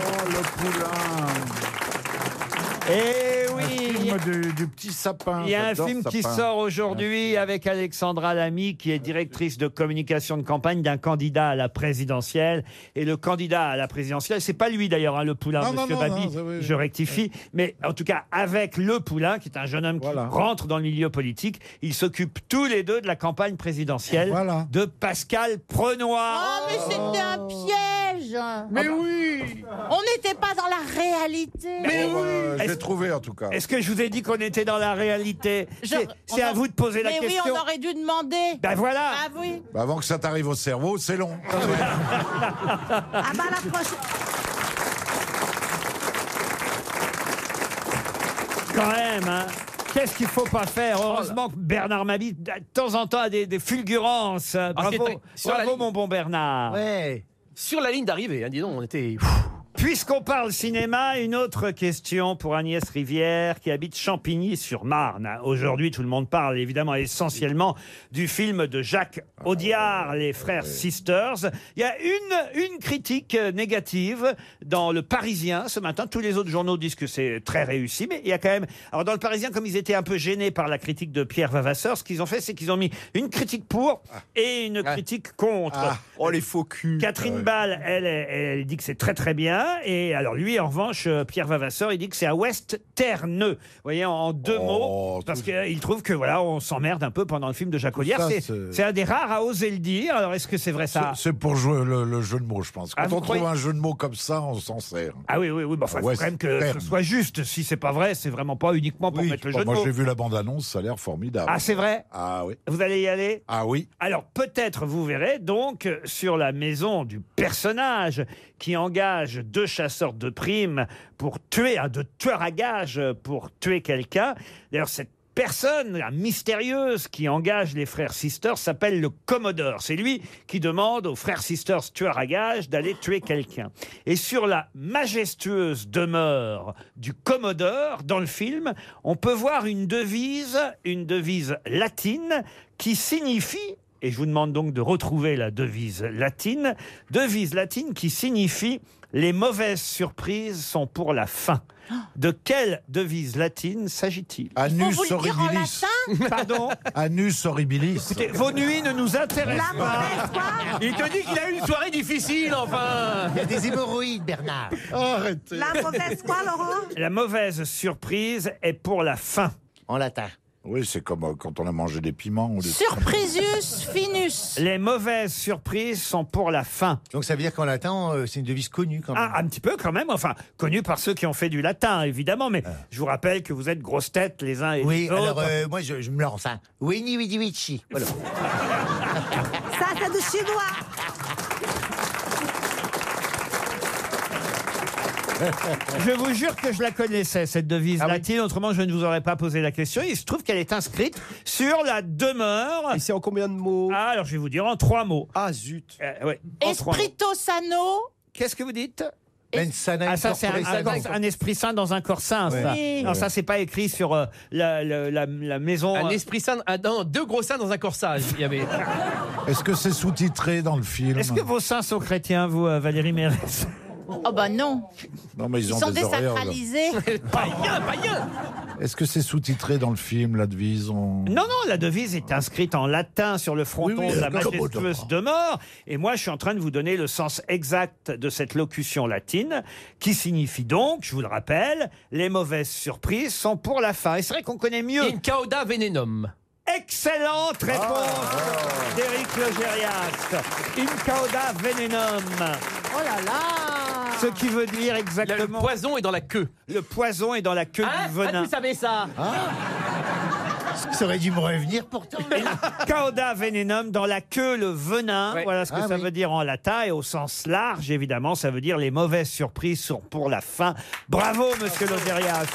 Oh, le poulain.
Eh
oui. Un film du, du petit sapin.
Il y a un
Ah, J'adore
film qui
Sapin.
sort aujourd'hui avec Alexandra Lamy, qui est directrice de communication de campagne d'un candidat à la présidentielle. Et le candidat à la présidentielle, c'est pas lui d'ailleurs, hein, le poulain,
Non, non,
monsieur
non,
Babi,
non, c'est- oui, oui.
je rectifie. Mais en tout cas, avec le poulain, qui est un jeune homme qui rentre dans le milieu politique, ils s'occupent tous les deux de la campagne présidentielle de Pascal Prenoir.
Oh, mais c'était un piège.
Mais
oui. On n'était pas dans la réalité.
Bon, bah, Je l'ai trouvé en tout cas.
Est-ce que je vous ai dit qu'on était dans la réalité
Je-
C'est-
on
C'est à
aur-
vous de poser la
mais
question.
oui, on aurait dû demander.
Ben voilà.
Ah oui.
Bah, avant que ça t'arrive au cerveau, c'est long.
Ah bah la prochaine.
Quand même, hein. Qu'est-ce qu'il faut pas faire
Oh
Heureusement que Bernard Mabie, de temps en temps, a des, des fulgurances. Bravo,
Ah, c'était- sur la
bravo
ligne.
mon bon Bernard.
Sur la ligne d'arrivée, hein, dis donc, on était.
Puisqu'on parle cinéma, une autre question pour Agnès Rivière qui habite Champigny-sur-Marne. hein. Aujourd'hui, tout le monde parle évidemment essentiellement du film de Jacques Audiard, Les Frères Sisters. Il y a une, une critique euh, négative dans Le Parisien ce matin. Tous les autres journaux disent que c'est très réussi, mais il y a quand même... Alors dans Le Parisien, comme ils étaient un peu gênés par la critique de Pierre Vavasseur, ce qu'ils ont fait, c'est qu'ils ont mis une critique pour
Ah.
et une critique contre.
Ah. Oh, les faux culs.
Ah
Catherine Ball, elle, elle, elle dit que c'est très très bien. Et alors lui, en revanche, euh, Pierre Vavasseur, il dit que c'est à Ouest Terneux. Vous voyez, en, en deux
Oh,
mots, parce qu'il trouve que voilà, on s'emmerde un peu pendant le film de Jacques Audiard.
Ça,
C'est-
c'est-
C'est un des rares à oser le dire. Alors est-ce que c'est vrai ça
C'est- C'est pour jouer le, le jeu de mots, je pense. Quand
Ah, vous
on trouve
croyez-
un jeu de mots comme ça, on s'en sert.
Ah oui, oui, oui. Bah, enfin, faut
Ouais,
quand même
c'est
que ce
ferme.
soit juste. Si c'est pas vrai, c'est vraiment pas uniquement pour mettre le
Bon,
jeu de
moi,
mots.
j'ai vu la bande-annonce, ça a l'air formidable.
Ah, c'est vrai
Ah oui.
Vous allez y aller
Ah oui.
Alors peut-être vous verrez donc euh, sur la maison du personnage qui engage deux chasseurs de primes pour tuer un de tueurs à gages euh, pour tuer quelqu'un. D'ailleurs cette personne euh, mystérieuse qui engage les frères sisters s'appelle le Commodore. C'est lui qui demande aux frères sisters tueurs à gages d'aller tuer quelqu'un. Et sur la majestueuse demeure du Commodore dans le film, on peut voir une devise, une devise latine qui signifie, et je vous demande donc de retrouver la devise latine, devise latine qui signifie les mauvaises surprises sont pour la fin.
Oh
De quelle devise latine s'agit-il
Anus vous le dire en horribilis. latin
Pardon
Anus horribilis.
Écoutez, vos nuits ne nous intéressent pas.
Il te dit qu'il a eu une soirée difficile, enfin.
Il y a des hémorroïdes, Bernard.
Arrêtez.
La mauvaise quoi, Laurent
La mauvaise surprise est pour la fin.
En latin.
Oui, c'est comme euh, quand on a mangé des piments. Ou des...
Surprisius finus.
Les mauvaises surprises sont pour la fin.
Donc ça veut dire qu'en latin, euh, c'est une devise connue quand même.
Ah, un petit peu quand même, enfin, connu par ceux qui ont fait du latin, évidemment, mais je vous rappelle que vous êtes grosses têtes les uns et
Ah.
Oh.
oui,
les autres.
alors euh, moi je, je me lance. Hein. Winnie Winnie Winnie. Voilà.
Ça, c'est du chinois.
Je vous jure que je la connaissais, cette devise
Ah
latine, autrement je ne vous aurais pas posé la question. Il se trouve qu'elle est inscrite sur la demeure.
Et c'est en combien de mots
Ah, alors je vais vous dire en trois mots.
Ah zut.
Euh, ouais, en trois mots.
Esprito sano.
Qu'est-ce que vous dites
Ben,
Mensana
Ah, ça, c'est un,
incorpore
un-
sano.
un esprit saint dans un corps sain, ça.
Oui.
Non, ça, c'est pas écrit sur euh, la, la- la- la maison.
Un
euh,
esprit sain, ah non, deux gros seins dans un corsage. Il y avait.
Est-ce que c'est sous-titré dans le film
Est-ce que vos saints sont chrétiens, vous, euh, Valérie Mérès
Oh bah non.
Non, mais ils, ont
sont
des auréoles.
désacralisés.
païen, païen
Est-ce que c'est sous-titré dans le film, la devise on...
Non, non, la devise est inscrite en latin sur le fronton
Oui, oui,
de la
euh, Commodore.
majestueuse demeure. Et moi, je suis en train de vous donner le sens exact de cette locution latine, qui signifie donc, je vous le rappelle, les mauvaises surprises sont pour la fin. Et c'est vrai qu'on connaît mieux. In
cauda venenum.
Excellente
Ah.
réponse d'Éric Logérias. In cauda venenum.
Oh là là
Ce qui veut dire exactement. Le
poison est dans la queue. Ah,
Le poison est dans la queue du venin.
vous savez ça
Ah.
Ça aurait dû me revenir pourtant. Cauda venenum, dans la queue, le venin. Voilà ce que
Ah
ça
oui.
veut dire en latin. Et au sens large, évidemment, ça veut dire les mauvaises surprises sont pour la fin. Bravo, monsieur Lozérias.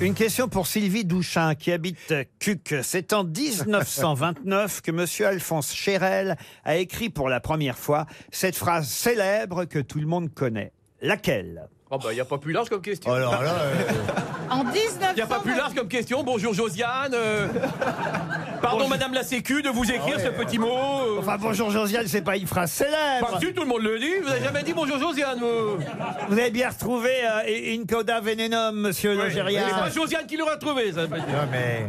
Une question pour Sylvie Douchin qui habite Cuc. C'est en 1929 que monsieur Alphonse Chérel a écrit pour la première fois cette phrase célèbre que tout le monde connaît. Laquelle
Oh bah, il n'y a pas plus large comme question.
Oh,
Alors là,
euh.
En 19...
Il n'y a pas plus large comme question. Bonjour Josiane. euh, Pardon Madame la Sécu de vous écrire ce petit mot. euh.
Ah Enfin, bonjour Josiane, c'est pas une phrase célèbre.
Pas dessus, tout le monde le dit. Vous n'avez jamais dit bonjour Josiane. Vous,
Vous avez bien retrouvé euh, In Coda Venenum, monsieur
Oui.
Logérias.
C'est pas Josiane qui l'aura trouvé. Ça, veut dire.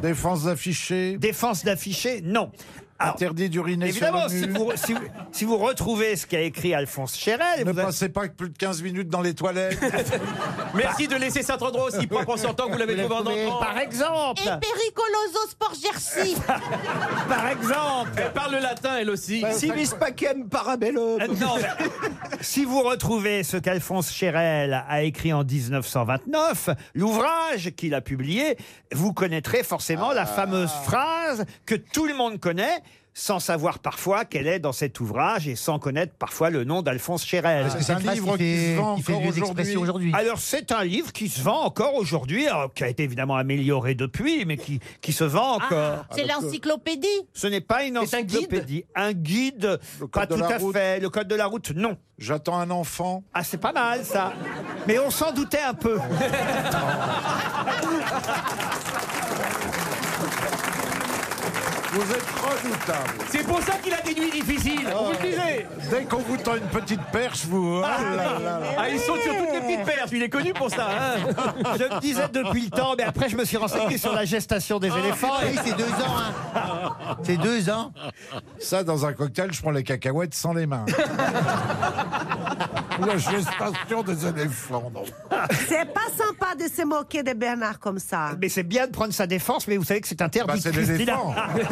Défense d'afficher Défense d'afficher, non. Interdit d'uriner
sur
Évidemment,
le
si,
mur.
vous, si vous- si vous retrouvez ce qu'a écrit Alphonse Chérel...
Ne passez pas plus de 15 minutes dans les toilettes.
Merci de laisser Saint-André aussi propre en sortant que vous l'avez
Vous
trouvé en
l'avez
entrant.
trouvé. Par
exemple
Et Pericoloso Sport Jersey
Par exemple
Elle parle le latin, elle aussi.
Civis pacem parabellum.
Euh, Non, mais- si vous retrouvez ce qu'Alphonse Chérel a écrit en 1929, l'ouvrage qu'il a publié, vous connaîtrez forcément
Ah.
la fameuse phrase que tout le monde connaît, sans savoir parfois qu'elle est dans cet ouvrage et sans connaître parfois le nom d'Alphonse Chérel.
Parce que c'est une phrase qui fait- qui fait des expressions aujourd'hui.
Alors c'est un livre qui se vend encore aujourd'hui, alors, qui a été évidemment amélioré depuis, mais qui, qui se vend encore.
Ah,
Ah,
Ah,
C'est
euh,
l'encyclopédie
Ce n'est pas une encyclopédie. Un guide, pas
code de
tout
la
à
route.
fait. Le code de la route, non. J'attends un enfant. Ah, c'est pas mal, ça. Mais on s'en doutait un peu.
Vous êtes redoutable.
C'est pour ça qu'il a des nuits difficiles.
Ah
on Ah, vous le disait.
Dès qu'on vous tend une petite perche, vous. Ah, là, là, là.
Ah, il saute sur toutes les petites perches. Il est connu pour ça. hein.
Je me disais depuis le temps, mais après, je me suis renseigné sur la gestation des éléphants.
Oui, c'est deux ans. hein.
C'est deux ans. Ça, dans un cocktail, je prends les cacahuètes sans les mains. La gestation des éléphants, non.
C'est pas sympa de se moquer de Bernard comme ça.
Mais c'est bien de prendre sa défense, mais vous savez que c'est interdit.
Bah, c'est
Christina.
l'éléphant.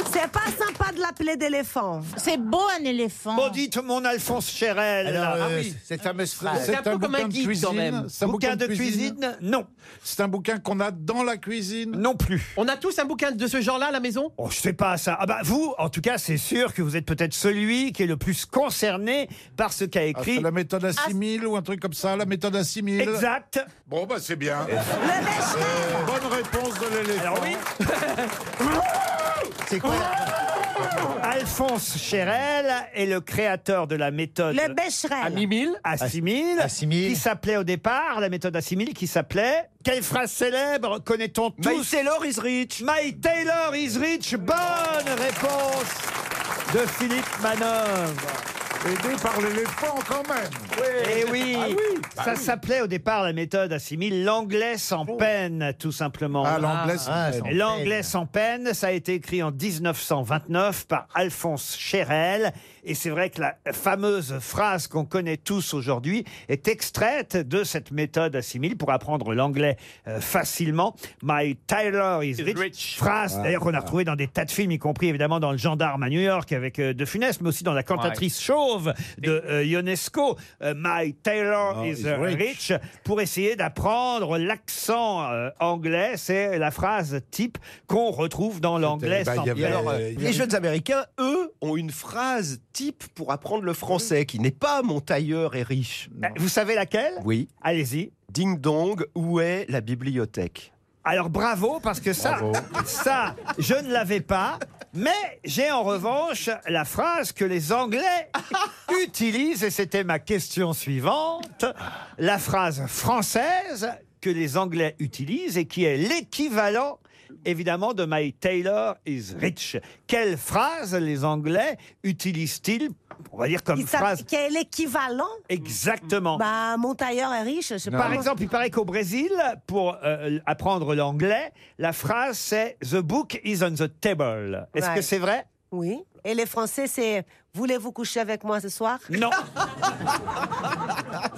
C'est pas sympa de l'appeler d'éléphant.
C'est beau un éléphant.
Bon, dites mon Alphonse Chérel.
Alors,
Ah
euh,
oui.
cette fameuse phrase.
C'est un peu comme un guide, quand même.
C'est un
Bouquin de cuisine Non.
C'est un bouquin qu'on a dans la cuisine
Non plus.
On a tous un bouquin de ce genre-là à la maison
Oh, je sais pas ça. Ah bah vous, en tout cas, c'est sûr que vous êtes peut-être celui qui est le plus concerné par ce qu'a
Ah,
écrit.
c'est la méthode à 6000 ou un truc comme ça, la méthode à 6000.
Exact.
Bon, bah c'est bien. Euh, bonne réponse de l'éléphant.
Alors oui. C'est quoi Alphonse Chérel est le créateur de la méthode.
Le Becherel. À
6000.
À 6000. Qui s'appelait au départ, la méthode à 6000, qui s'appelait. Quelle phrase célèbre connaît-on tous My Taylor is rich. My Taylor is rich. Bonne réponse de Philippe Manœuvre.
Aidé par l'éléphant quand même. Ah
Eh oui, ça s'appelait au départ la méthode à 6000, l'anglais sans peine, tout simplement.
Oh. Ah, l'anglais sans Ah, peine. sans
L'anglais sans peine, ça a été écrit en 1929 par Alphonse Chérel. Et c'est vrai que la fameuse phrase qu'on connaît tous aujourd'hui est extraite de cette méthode à 6000 pour apprendre l'anglais euh, facilement. My Taylor is rich. Phrase d'ailleurs qu'on a retrouvée dans des tas de films, y compris évidemment dans Le Gendarme à New York avec euh, De Funès, mais aussi dans La Cantatrice Chauve de euh, Ionesco. Euh, My Taylor
Oh,
Ah, is
is
rich.
rich.
Pour essayer d'apprendre l'accent euh, anglais, c'est la phrase type qu'on retrouve dans l'anglais.
Bah,
sans
il y avait-
peine.
alors, euh, les jeunes américains, eux, ont une phrase type pour apprendre le français qui n'est pas mon tailleur est riche.
Bah, Vous savez laquelle
Oui.
Allez-y.
Ding dong, où est la bibliothèque
Alors bravo parce que ça, ça, je ne l'avais pas. Mais j'ai en revanche la phrase que les Anglais utilisent et c'était ma question suivante. La phrase française que les Anglais utilisent et qui est l'équivalent évidemment de My Taylor is rich. Quelle phrase les Anglais utilisent-ils, on va dire comme
Ils savent
phrase
Qui est l'équivalent
exactement
Bah, mon tailleur est riche, je sais pas.
Par exemple, Oh, il paraît qu'au Brésil, pour euh, apprendre l'anglais, la phrase c'est The book is on the table. Est-ce
Ouais.
que c'est vrai
Oui. Et les Français, c'est Voulez-vous coucher avec moi ce soir
Non.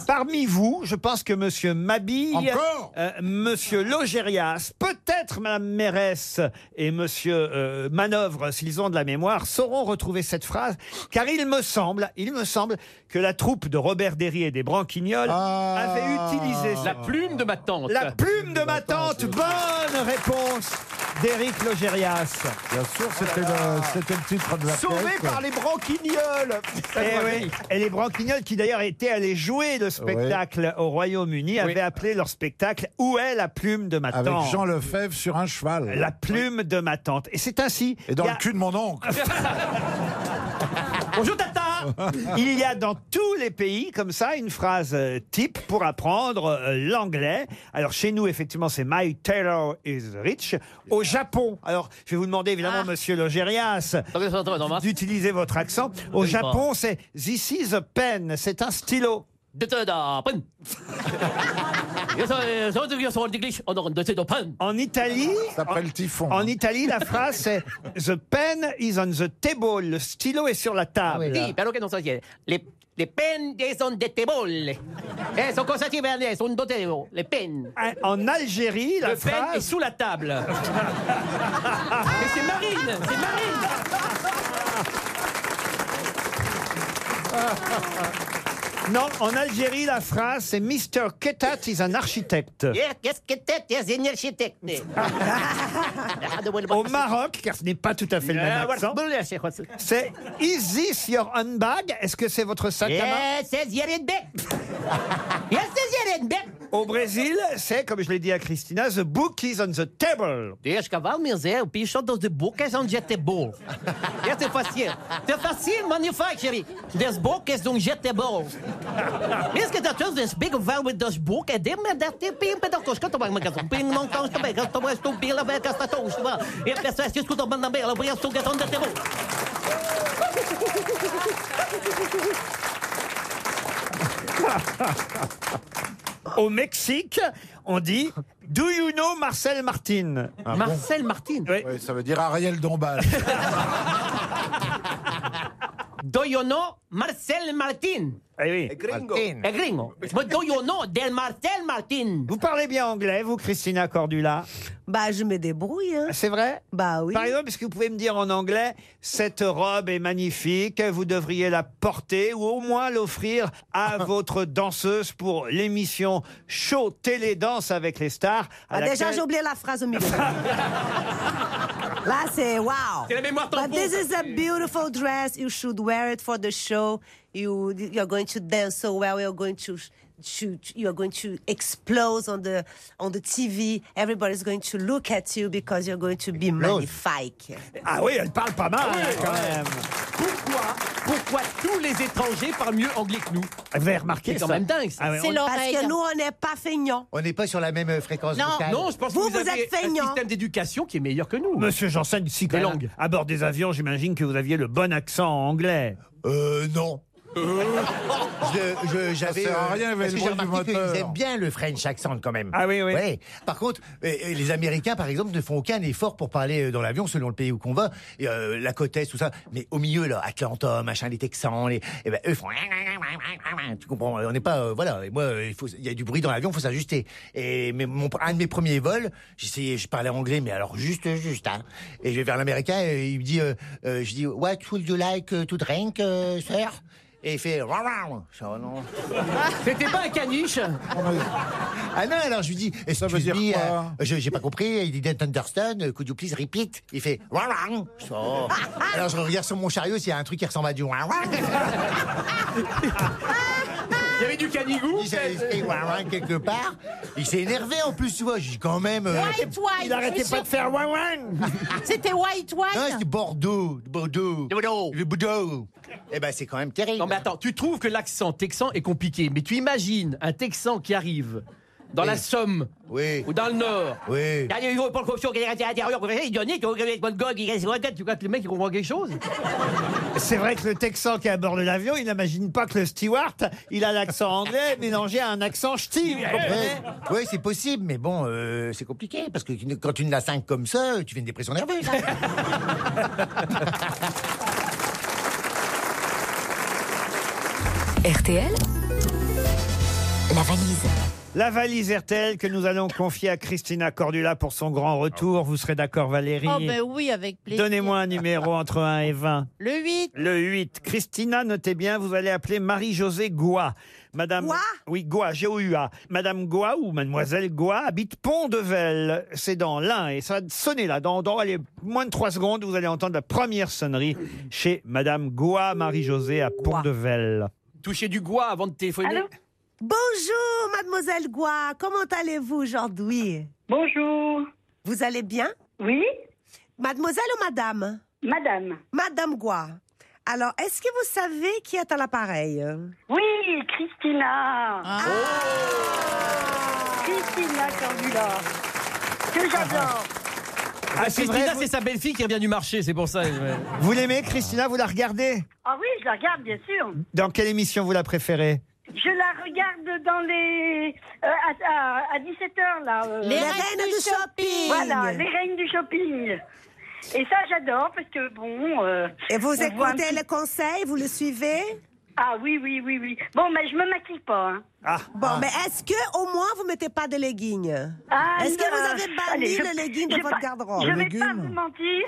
Parmi vous, je pense que Monsieur Mabille,
Encore
euh, Monsieur Logérias, peut-être Madame Mérès et Monsieur euh, Manœuvre, s'ils ont de la mémoire, sauront retrouver cette phrase, car il me semble, il me semble que la troupe de Robert Derry et des Branquignoles
Ah.
avait utilisé
La plume de ma tante.
La plume de ma tante. Bonne réponse d'Éric Logérias.
Bien sûr, c'était le, c'était le titre de la
Sauvé par les branquignoles
Eh oui. Et les branquignoles qui d'ailleurs étaient allés jouer le spectacle au Royaume-Uni avaient appelé leur spectacle Où est la plume de ma
Avec
tante
Jean Lefebvre sur un cheval.
La plume de ma tante. Et c'est ainsi.
Et dans
il y a-
le cul de mon oncle.
Bonjour Tata Il y a dans tous les pays comme ça une phrase euh, type pour apprendre euh, l'anglais. Alors chez nous effectivement c'est My Taylor is rich. Au Japon, alors je vais vous demander évidemment Monsieur Logérias d'utiliser votre accent. Au
Oui, bah.
Japon c'est This is a pen, c'est un stylo.
Oh,
En Italie, en, en Italie, la phrase c'est The pen is on the table. Le stylo est sur la table.
Sì,
ben,
però che non so chi è. Le, le penne sono dette bolle. Eh, sono cosa ci vede? Sono dette
oh,
bolle. Le penne.
Ah, En Algérie, la
Le pen
phrase
est sous
la table.
Mais c'est Marine, c'est Marine.
Non, en Algérie, la phrase c'est Mr. Ketat is an architect.
Eh,
Yes, yes, che te, yes, in architecte.
Au Maroc, car ce n'est pas tout à fait le même accent, c'est Is this your handbag Est-ce que c'est votre sac à main
Eh,
Yes, yes, you're in bed. Yes, yes, you're in bed.
Au Brésil, c'est, comme je l'ai dit à Christina, The book is on the table.
Deixa que vá o museu, pichão dos de bocas onde é tebol. Yes, é fácil. É fácil, manufacturing. Des bocas de um jetebol. Mesmo que das coisas big value das bocas, de me dá tempo em pedaços. coisas. Quanto mais me gasto, pim, não canso bem, gasto mais, tu pila, vai gastar tu, estou E a pessoa se escuta, manda bem, ela vai a sua questão de tebol.
Au Mexique, on dit Do you know Marcel Martin
Marcel
Martin
Ah Oui, ça veut dire Ariel Dombal.
Do you know Marcel Martin?
Eh oui.
gringo. É gringo. But do you know del Marcel Martin?
Vous parlez bien anglais, vous, Christina Cordula Ah,
Bah, je me débrouille. hein.
C'est vrai
Bah oui.
Par exemple, est-ce que vous pouvez me dire en anglais Cette robe est magnifique, vous devriez la porter ou au moins l'offrir à votre danseuse pour l'émission Show Télé Danse avec les stars. à
Ah, déjà,
laquelle-
j'ai oublié la phrase au milieu. Là, c'est wow.
C'est la mémoire tampon.
But this is a beautiful dress. You should wear it for the show. You, you're going to dance so well. You're going to, to you're going to explode on the on the TV. Everybody's going to look at you because you're going to be magnifique.
Ah oui, elle parle pas mal hein, quand même.
Pourquoi Pourquoi tous les étrangers parlent mieux anglais que nous
Vous avez remarqué
C'est
ça
quand même dingue.
Ah
ça.
Parce que nous, on n'est pas feignants.
On n'est pas sur la même euh, fréquence vocale.
Non, je pense
Vous,
que vous,
vous
avez
êtes
un
feignant.
système d'éducation qui est meilleur que nous.
Monsieur Janssen, si quand
Les
même,
langues.
à bord des avions, j'imagine que vous aviez le bon accent anglais.
Euh, non. Je- je- J'avais.
Ah, Ça sert
euh,
à rien, mais
parce
le
que j'ai
bruit du
remarqué
moteur.
qu'ils aiment bien le French accent quand même.
Ah oui, oui.
Ouais. Par contre, euh, euh, les Américains, par exemple, ne font aucun effort pour parler euh, dans l'avion selon le pays où qu'on va, et, euh, la côte est, tout ça. Mais au milieu, là, Atlanta, machin, les Texans, les, eh ben, eux font. Tu comprends On n'est pas. euh, voilà. Et moi, euh, il faut, il y a du bruit dans l'avion, il faut s'ajuster. Et mais mon, un de mes premiers vols, j'essayais, je parlais anglais, mais alors juste, juste. Hein. Et je vais vers l'Américain, et il me dit, euh, euh, je dis, What would you like euh, to drink, euh, sir et il fait. Je dis, Oh non.
C'était pas un caniche.
Ah non, alors je lui dis, ça
veut dire quoi
J'ai pas compris, il dit Dent Understand, euh, could you please repeat Il fait Wah, wah. Je fais, Oh. Alors je regarde sur mon chariot s'il y a un truc qui ressemble à du Wah, wah.
Il y avait du canigou.
Il s'est inscrit Wah, wah quelque part. Il s'est énervé en plus, tu vois. Je dis quand même. euh,
White wine.
Il arrêtait
je suis
pas de faire ouin ouin
sûre- C'était white
non, c'est
wine.
Bordeaux, Bordeaux. Le Bordeaux. Eh ben c'est quand même terrible.
Non mais attends, tu trouves que l'accent texan est compliqué, mais tu imagines un texan qui arrive
dans la Somme, ou dans le Nord.
Oui.
Il y a des gens pour le corruption qui étaient à l'intérieur, qui étaient donnés, qui ont réglé avec bonne gueule, qui restent sur la tête, tu crois que le mec il comprend quelque chose
C'est vrai que le Texan qui aborde l'avion, il n'imagine pas que le steward, il a l'accent anglais mélangé à un accent ch'ti. vous comprenez
Oui, c'est possible, mais bon, euh, c'est compliqué parce que quand tu n'as cinq comme ça, euh, tu fais une dépression nerveuse. hein.
RTL, la valise.
La valise RTL que nous allons confier à Christina Cordula pour son grand retour. Vous serez d'accord, Valérie
Oh, ben oui, avec plaisir.
Donnez-moi un numéro entre 1 et 20.
Le 8.
Le 8. Christina, notez bien, vous allez appeler Marie-Josée Goua. Madame. Oui, Goua, G-O-U-A. Madame Goua ou Mademoiselle Goua habite Pont-de-Vel. C'est dans l'Ain et ça va sonner là. Dans, dans allez, moins de 3 secondes, vous allez entendre la première sonnerie chez Madame Goua, Marie-Josée à Pont-de-Vel.
Toucher du goût avant de téléphoner.
Bonjour, mademoiselle Gua. Comment allez-vous aujourd'hui Bonjour. Vous allez bien Oui. Mademoiselle ou madame Madame. Madame Gua. Alors, est-ce que vous savez qui est à l'appareil
Oui, Christina.
Ah.
Ah. Christina Cordula.
ah.
Que j'adore.
Ah,
c'est
Christina,
vrai,
c'est sa belle-fille qui revient du marché, c'est pour ça.
Vous l'aimez, Christina Vous la regardez
Ah oui, je la regarde, bien sûr.
Dans quelle émission vous la préférez
Je la regarde dans les. euh, à, 17h, là. euh.
Les Les reines reines du du shopping. shopping.
Voilà, les reines du shopping. Et ça, j'adore parce que, bon. euh,
Et vous
on voit un
écoutez
petit-
les conseils Vous le suivez
Ah oui, oui, oui, oui. Bon, mais je me maquille pas. hein.
Ah.
Bon, mais est-ce que au moins vous mettez pas de leggings
Ah,
Est-ce que
non.
vous avez banni
Allez, je-
le legging
je
de
vais
votre
pas-
garde-robe
Je vais pas vous mentir.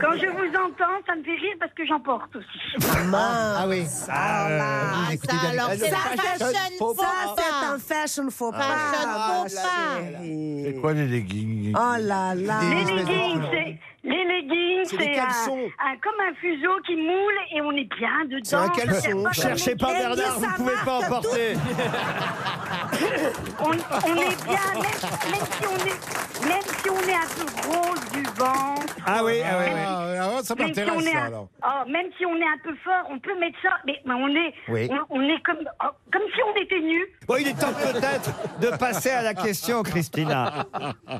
Quand je vous entends, ça me fait rire parce que j'en porte aussi.
Ah oui.
Oh
Ah, vous écoutez bien les-
alors,
Ah,
c'est
non,
un
fashion
fashion
faux
Ça,
pas.
c'est un fashion
Ah,
faux pas.
Fashion faux
Ah,
pas.
chérie.
C'est quoi les leggings
Oh là là.
Les leggings, c'est. Les leggings,
C'est des
c'est un,
caleçons.
un- comme un fuseau qui moule et on est bien dedans.
C'est un caleçon.
Ça sert de
Cherchez pas
mannequin.
Bernard, vous pouvez pas en porter.
on, on est bien, même, même si on est, même si on est un peu gros du ventre.
Ah oui, ah oui,
même
oui.
si-
Ah ouais, ça
même si
m'intéresse,
on est
ça,
un-
alors.
oh, même si on est un peu fort, on peut mettre ça, mais, mais on est,
Oui.
on, on est comme, oh, comme si on était nus.
Bon, il est temps peut-être de passer à la question, Christina.
Ah,
ah,
Eh,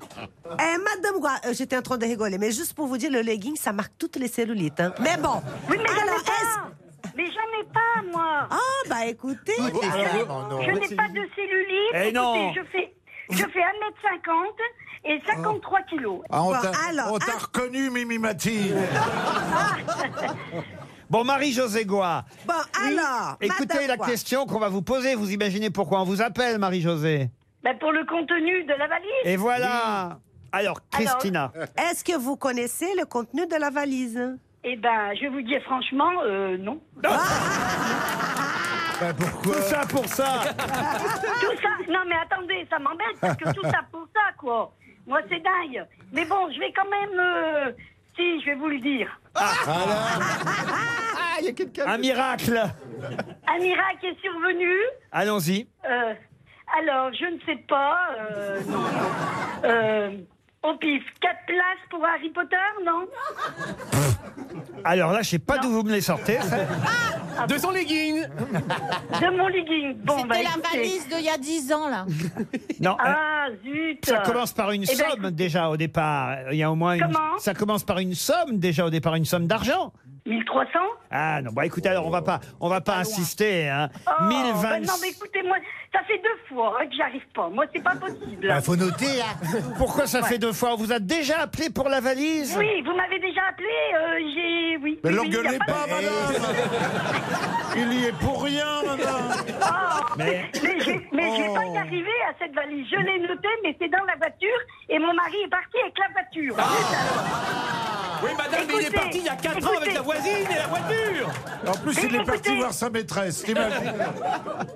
madame, Gua- euh, j'étais en train de rigoler, mais juste pour vous dire, le legging, ça marque toutes les cellulites. hein. Mais bon.
Oui, mais j'en
alors,
ai pas. Mais j'en ai pas, moi. Euh,
Ah, bah écoutez.
Je
Toutes les
n'ai-
cellulites. Non, non.
je n'ai pas de cellulite.
Eh
Écoutez,
non.
Je fais, je fais 1m50 et 53 kilos.
Ah, on t'a on t'a reconnu, Mimi Mati.
Bon, Marie-Josée Goua.
Bon, alors,
Écoutez
Madame
la
Goua.
question qu'on va vous poser. Vous imaginez pourquoi on vous appelle, Marie-Josée
Ben, pour le contenu de la valise.
Et voilà. Alors, Christina.
Est-ce que vous connaissez le contenu de la valise
Eh ben, je vais vous dire franchement, euh, non.
Tout ça pour ça.
tout ça, non mais attendez, ça m'embête parce que tout ça pour ça, quoi. Moi, c'est dingue. Mais bon, je vais quand même. euh, si, je vais vous le dire.
Ah, il y a quelqu'un. Un miracle.
Un miracle est survenu.
Allons-y.
Euh, alors, je ne sais pas. euh, non, non. Euh, au pif, quatre places pour Harry Potter, non
Alors là, je sais pas d'où vous me les sortez. ça.
De son legging
Ah De mon legging. Bon, bah,
C'était la
écoutez.
valise d'il y a 10 ans, là.
Non.
Ah,
euh,
zut.
Ça commence par une
Eh ben,
somme déjà au départ. Il y a au moins une...
Comment
ça commence par une somme déjà au départ, une somme d'argent.
1300
Ah non, bah écoutez, alors on va pas on va pas insister hein.
Oh,
1020
bah non, mais écoutez, moi, ça fait deux fois hein, que j'arrive pas. Moi, c'est pas possible.
Bah, faut noter,
hein.
Pourquoi ça
Ouais.
fait deux fois On vous a déjà appelé pour la valise
Oui, vous m'avez déjà appelé, euh, j'ai... Oui,
Mais bah,
oui,
l'engueulez
oui, y a
pas,
de-
Il y est pour rien, madame.
Oh, mais j'ai- mais j'ai pas
Oh.
y arrivé à cette valise. Je l'ai notée, mais c'est dans la voiture, et mon mari est parti avec la voiture.
Ah. Oui, madame, mais il est
Écoutez,
parti il y a 4 ans avec
écoutez.
la voisine et la voiture
En plus, il est parti voir sa maîtresse, t'imagines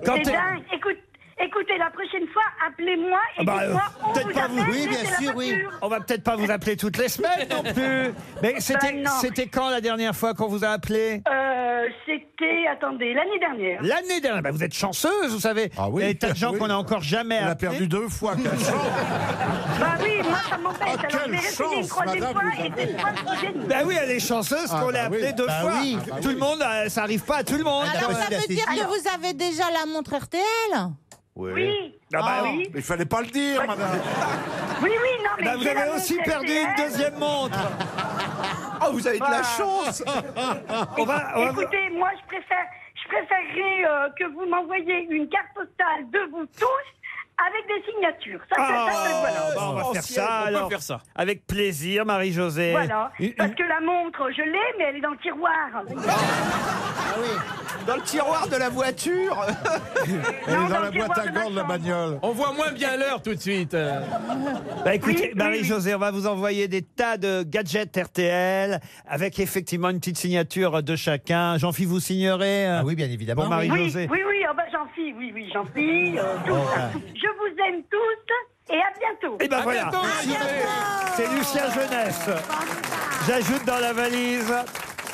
C'est dingue. Écoute, écoutez, la prochaine fois, appelez-moi et
Ah bah, euh,
dites-moi, on vous
peut-être pas vous.
appelle, mais c'est la voiture.
On va peut-être pas vous appeler toutes les semaines non plus. Mais c'était
Ben non.
c'était quand la dernière fois qu'on vous a appelé
Euh, C'était, attendez, l'année dernière.
L'année dernière. Bah, vous êtes chanceuse, vous savez. Il y a des tas de gens qu'on a encore jamais
Elle
appelé.
a perdu Ah deux fois. quelle chance.
Bah oui, moi, ça m'embête.
Ah,
Alors, je
quelle
vais répéter une
chance,
troisième
madame,
fois,
vous
et cette
avez.
fois, je vous ai dit.
Ben oui, elle est chanceuse
Ah,
qu'on l'ait
bah
appelée
oui.
deux
Bah
fois.
oui.
tout le monde, euh, Ah,
Ah,
ça arrive pas à tout le monde.
Alors, ça veut dire que vous avez déjà la montre RTL
Oui.
Oui.
Ah bah,
oui.
Il fallait pas le dire, madame.
Oui, oui, non, mais.
Bah, vous
j'ai
avez
la
aussi
même
perdu
CPF.
une deuxième montre.
Ah,
vous avez de la chance.
On va- on va-
Écoutez, moi, je préfère, je préférerais euh, que vous m'envoyiez une carte postale de vous tous avec des signatures. Ça, c'est ça, c'est- voilà.
bah, on va faire
Ancienne,
ça
on peut
alors.
faire ça.
Avec plaisir, Marie-Josée.
Voilà,
Une-
parce que la montre, je l'ai, mais elle est dans le tiroir.
Ah.
Dans le tiroir de la voiture.
Elle est dans la boîte à gants de la bagnole.
On voit moins bien l'heure tout de suite.
Bah écoutez, Marie-Josée, on va vous envoyer des tas de gadgets RTL avec effectivement une petite signature de chacun. jean philippe vous signerez Oui, bien évidemment. Pour Ah Marie-Josée.
Oui, oui, oui, ah bah, j'en suis, oui, oui, j'en suis. euh, tous. Je vous aime tous et à bientôt.
Et ben voilà. C'est Lucien Jeunesse. J'ajoute dans la valise.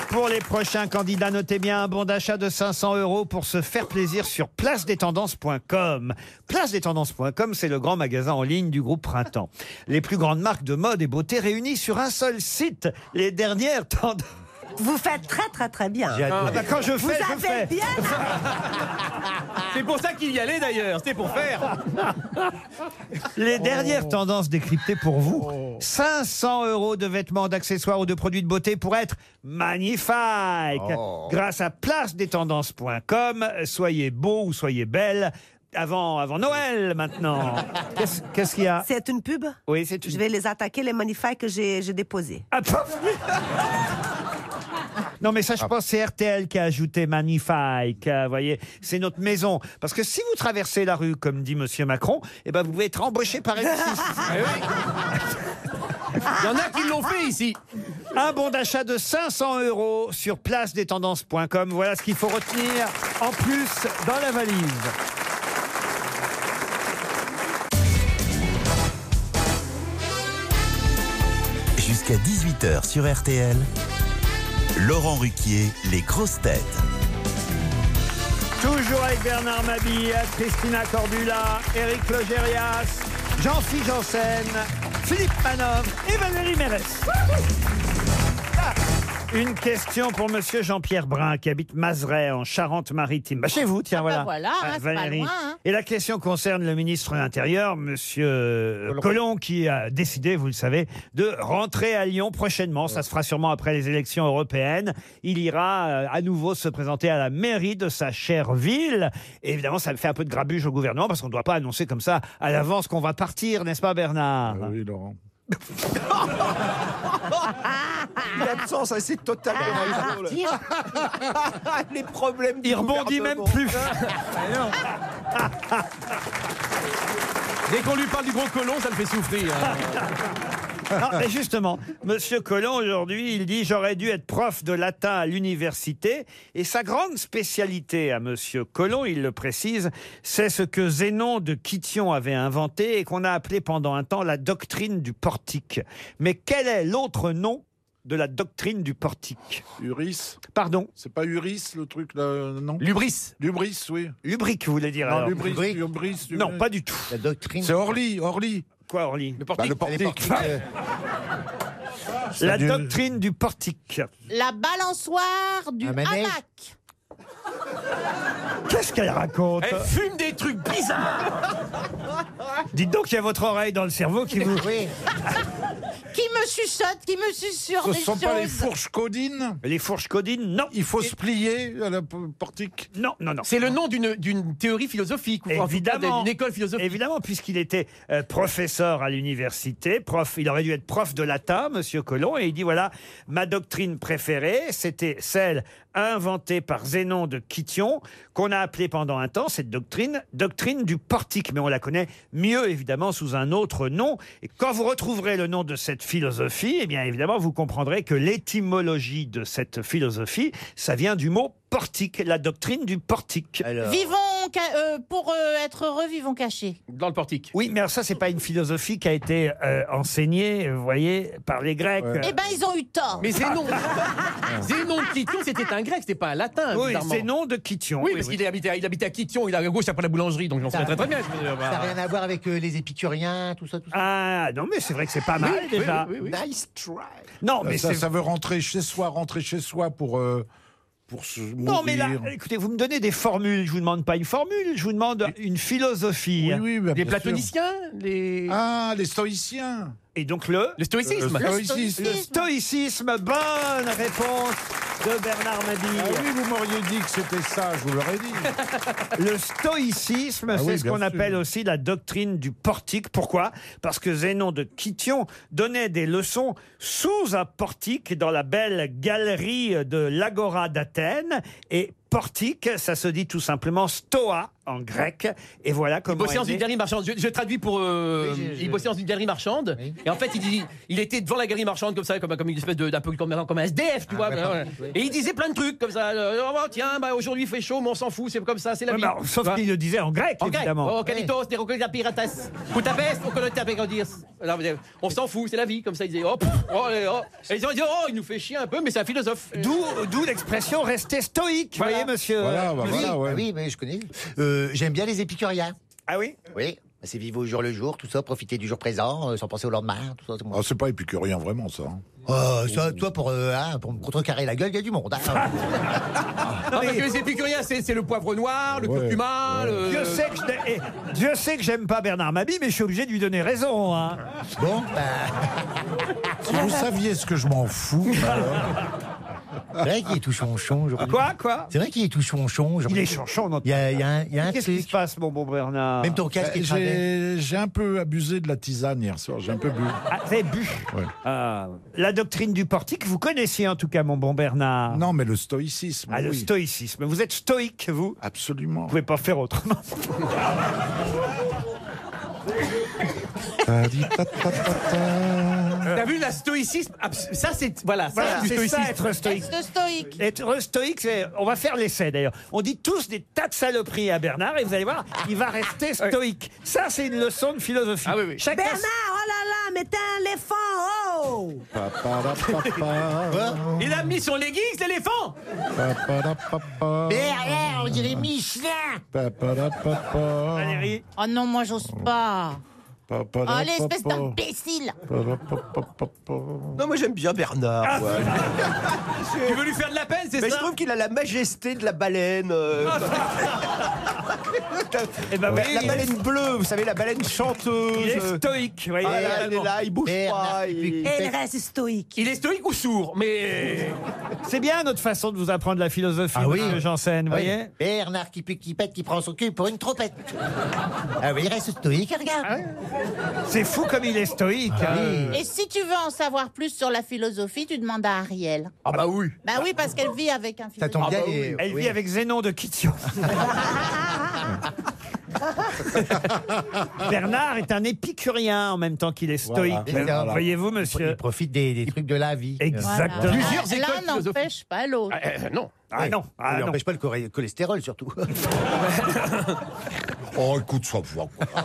Pour les prochains candidats, notez bien un bon d'achat de 500 euros pour se faire plaisir sur placedestendances.com. Placedestendances.com, c'est le grand magasin en ligne du groupe Printemps. Les plus grandes marques de mode et beauté réunies sur un seul site. Les dernières tendances.
Vous faites très très très bien.
J'ai adoré. Ah, bah, quand je
Vous
fais, je
avez
fais.
bien.
C'est pour ça qu'il y allait d'ailleurs, c'était pour faire.
Les dernières tendances décryptées pour vous. 500 euros de vêtements, d'accessoires ou de produits de beauté pour être magnifique. Grâce à placedestendances.com, soyez beau ou soyez belle. Avant, avant Noël, maintenant. Qu'est-ce qu'est-ce qu'il y a
C'est une pub
Oui, c'est une- Ah,
Je vais les attaquer, les magnifiques que j'ai j'ai déposés.
Non, mais ça, je pense, c'est RTL qui a ajouté Magnifique. euh, Vous voyez, c'est notre maison. Parce que si vous traversez la rue, comme dit Monsieur Macron, eh ben, vous pouvez être embauché par M6. Il y en a qui l'ont fait ici. Un bon d'achat de 500 euros sur placedestendances.com. Voilà ce qu'il faut retenir en plus dans la valise.
Jusqu'à 18h sur RTL, Laurent Ruquier, les grosses têtes.
Toujours avec Bernard Mabille, Christina Cordula, Eric Logérias, Jean-Philippe Janssen, Philippe Manov et Valérie Mérès. Une question pour Monsieur Jean-Pierre Brun qui habite Mazeray en Charente-Maritime. Bah, chez vous, tiens,
Ah
voilà.
bah voilà, hein, c'est pas loin, hein.
Et la question concerne le ministre de l'Intérieur, Monsieur Colomb, qui a décidé, vous le savez, de rentrer à Lyon prochainement. Ça se fera sûrement après les élections européennes. Il ira euh, à nouveau se présenter à la mairie de sa chère ville. Et évidemment, ça fait un peu de grabuge au gouvernement parce qu'on ne doit pas annoncer comme ça à l'avance qu'on va partir, n'est-ce pas, Bernard
Ah Oui, Laurent.
L'absence, hein, c'est totalement raison, là. Les problèmes du
Il rebondit même
gouvernement.
plus.
Dès qu'on lui parle du gros colon, ça le fait souffrir.
Non, mais justement, Monsieur Collomb, aujourd'hui, il dit J'aurais dû être prof de latin à l'université. Et sa grande spécialité à Monsieur Collomb, il le précise, c'est ce que Zénon de Kition avait inventé et qu'on a appelé pendant un temps la doctrine du portique. Mais quel est l'autre nom de la doctrine du portique
Uris.
Pardon
C'est pas Uris, le truc, là, non
Lubris.
Lubris, oui.
Lubrique, vous voulez dire
Non,
alors.
Lubris, Lubris, Lubris.
Non, pas du tout.
La doctrine.
C'est Orly, Orly.
Quoi, Orly Le
portique.
Bah, le
Les
portique.
portiques, euh,
La
du-
doctrine du portique.
La balançoire du
Un manège.
hamac.
Qu'est-ce qu'elle raconte
Elle fume des trucs bizarres.
Dites donc, il y a votre oreille dans le cerveau qui vous.
Qui me chuchote, qui me susurre
Ce
des
sont
choses.
pas les fourches codines
Les fourches codines, non.
Il faut se plier à la p- portique
Non, non, non.
C'est le nom d'une- d'une théorie philosophique, ou en tout cas
Évidemment.
d'une école philosophique.
Évidemment, puisqu'il était euh, professeur à l'université, prof, il aurait dû être prof de latin, Monsieur Colomb, et il dit voilà, ma doctrine préférée, c'était celle inventée par Zénon de Kition, qu'on a appelée pendant un temps cette doctrine, doctrine du portique, mais on la connaît mieux évidemment sous un autre nom. Et quand vous retrouverez le nom de cette philosophie, eh bien évidemment, vous comprendrez que l'étymologie de cette philosophie, ça vient du mot portique, la doctrine du portique.
Vivons ca- euh, pour euh, être heureux, vivons cachés.
Dans le portique. Oui, mais alors ça, c'est pas une philosophie qui a été euh, enseignée, vous voyez, par les Grecs.
Eh ben, ils ont eu tort. Ah.
Mais Zénon, Zénon de Kition, c'était un grec, c'était pas un latin.
Oui,
bizarrement.
Zénon de Kition.
Oui, parce qu'il habitait, il habitait à Kition, il est à gauche après la boulangerie, donc j'en
Ça
sais très très bien.
Ça n'a rien à voir avec euh, les épicuriens, tout ça, tout ça.
Ah, non, mais c'est vrai que c'est pas
Oui,
mal,
oui,
déjà. Ah,
oui, oui, oui.
Nice try.
Non, mais
ça,
c'est...
ça veut rentrer chez soi, rentrer chez soi pour, euh, pour se
Non, mais là,
mourir.
écoutez, vous me donnez des formules. Je vous demande pas une formule, je vous demande une philosophie.
oui, bah, bien sûr.
les...
Ah, les stoïciens Euh,
Et donc le
Le stoïcisme.
Le stoïcisme.
Le stoïcisme, bonne réponse de Bernard Mabille.
Ah oui, vous m'auriez dit que c'était ça, je vous l'aurais dit.
Le stoïcisme,
Ah
c'est
oui,
ce
bien
qu'on
sûr.
appelle aussi la doctrine du portique. Pourquoi Parce que Zénon de Kition donnait des leçons sous un portique dans la belle galerie de l'Agora d'Athènes. Et portique, ça se dit tout simplement stoa en grec. Et voilà
Il
comment.
bossait dans
est
une
né-
galerie marchande. Je, je traduis pour. euh, il bossait dans une galerie marchande. Et en fait, il, dit- il était devant la galerie marchande comme ça, comme, comme une espèce de- d'un peu comme, comme un SDF,
Ah,
tu vois.
d'accord.
voilà. Et il disait plein de trucs comme ça. euh, Oh, tiens, bah, aujourd'hui il fait chaud, mais on s'en fout, c'est comme ça, c'est la
Ouais,
vie.
bah,
Tu
sauf
vois.
qu'il le disait en grec,
En grec.
évidemment.
Oh, Kalitos, Héraclita, Pirates. Budapest, on connaît ta Pégrandis. Alors, vous savez, On s'en fout, c'est la vie. Comme ça, il disait, oh, pff, oh, allez, oh. Et ils ont dit, oh, il nous fait chier un peu, mais c'est un philosophe.
D'où, d'où l'expression rester stoïque,
Voilà.
voyez, monsieur. euh,
Voilà, bah
oui,
voilà, ouais.
bah oui, mais je connais. Euh, J'aime bien les épicuriens.
Ah oui
Oui. bah, C'est vivre au jour le jour, tout ça, profiter du jour présent, euh, sans penser au lendemain, tout ça. tout le monde.
Ah, c'est pas épicurien vraiment ça. hein.
Euh, ça, toi, pour, euh, hein, pour me contrecarrer la gueule, il y a du monde. hein.
Ah, parce que les épicuriens, c'est c'est le poivre noir, le curcuma, le.
Dieu sait que je n'ai- eh, Dieu sait que j'aime pas Bernard Mabie, mais je suis obligé de lui donner raison. hein. Ah.
bon,
Si vous saviez ce que je m'en fous. bah alors.
C'est vrai qu'il est tout chonchon aujourd'hui.
Quoi, quoi
C'est vrai qu'il est tout chonchon
Il
aujourd'hui.
est chanchant, notre
Il y a, il y a un, il y a un
Qu'est-ce qui
truc.
se passe, mon bon Bernard Ben,
Même ton
Euh,
casque est cramé.
J'ai j'ai un peu abusé de la tisane hier soir, j'ai un peu bu.
Ah, vous avez bu.
Ouais.
Ah, la doctrine du portique, vous connaissiez en tout cas, mon bon Bernard.
Non, mais le stoïcisme.
Ah, le
oui.
stoïcisme. Vous êtes stoïque, vous
Absolument.
Vous pouvez pas faire autrement.
Ta-di-ta-ta-ta-ta.
T'as vu la stoïcisme abs- Ça, c'est. Voilà, ça,
Voilà,
c'est du
c'est
stoïcisme.
ça être stoïque.
Reste stoïque.
Être stoïque, c'est- on va faire l'essai d'ailleurs. On dit tous des tas de saloperies à Bernard et vous allez voir, il va rester stoïque. Ça, c'est une leçon de philosophie.
Ah oui, oui.
Chacun-
Bernard, oh là là, mais t'es un éléphant, oh
Pa-pa-da-pa-pa.
Il a mis son leggings, l'éléphant
Pa-pa-da-pa-pa.
Bernard, on dirait Michelin
Pa-pa-da-pa-pa.
Valérie,
Oh non, moi j'ose pas. Oh,
Pa-pa-da-pa-pa.
l'espèce d'imbécile.
Pa-pa-pa-pa-pa.
Non, moi j'aime bien
Ah,
Bernard. ouais.
Tu veux lui faire de la peine, c'est
Mais je
ça
trouve qu'il a la majesté de la baleine. euh,
eh ben,
la,
oui,
la
il est-
baleine bleue, vous savez, la baleine chanteuse.
il est stoïque. vous voyez.
Ah, là, elle est là, il bouge pas. il-
Et il reste stoïque.
Il est stoïque ou sourd, mais.
C'est bien notre façon de vous apprendre la philosophie,
Ah oui.
monsieur Janssen, vous
Oui.
voyez
Bernard qui pue, qui pète, qui prend son cul pour une trompette. ah oui, il reste stoïque, regarde.
Ah C'est fou comme il est stoïque.
Ah
hein.
Et si tu veux en savoir plus sur la philosophie, tu demandes à Ariel.
Ah bah oui.
Bah oui, parce qu'elle vit avec un
Ça tombe
philosophe.
bien. les-
Ah bah Elle
oui.
vit avec Zénon de Kitio. Bernard est un épicurien en même temps qu'il est stoïque.
Voilà.
Euh, Voyez-vous,
Il
monsieur
profite des, des trucs de la vie.
Voilà.
Exactement.
Plusieurs écoles
L'un
philosophiques.
n'empêche pas l'autre.
Ah, euh, non.
Ah non, ah
Il
non.
n'empêche pas le choré- cholestérol, surtout.
Oh, écoute, ça va, quoi.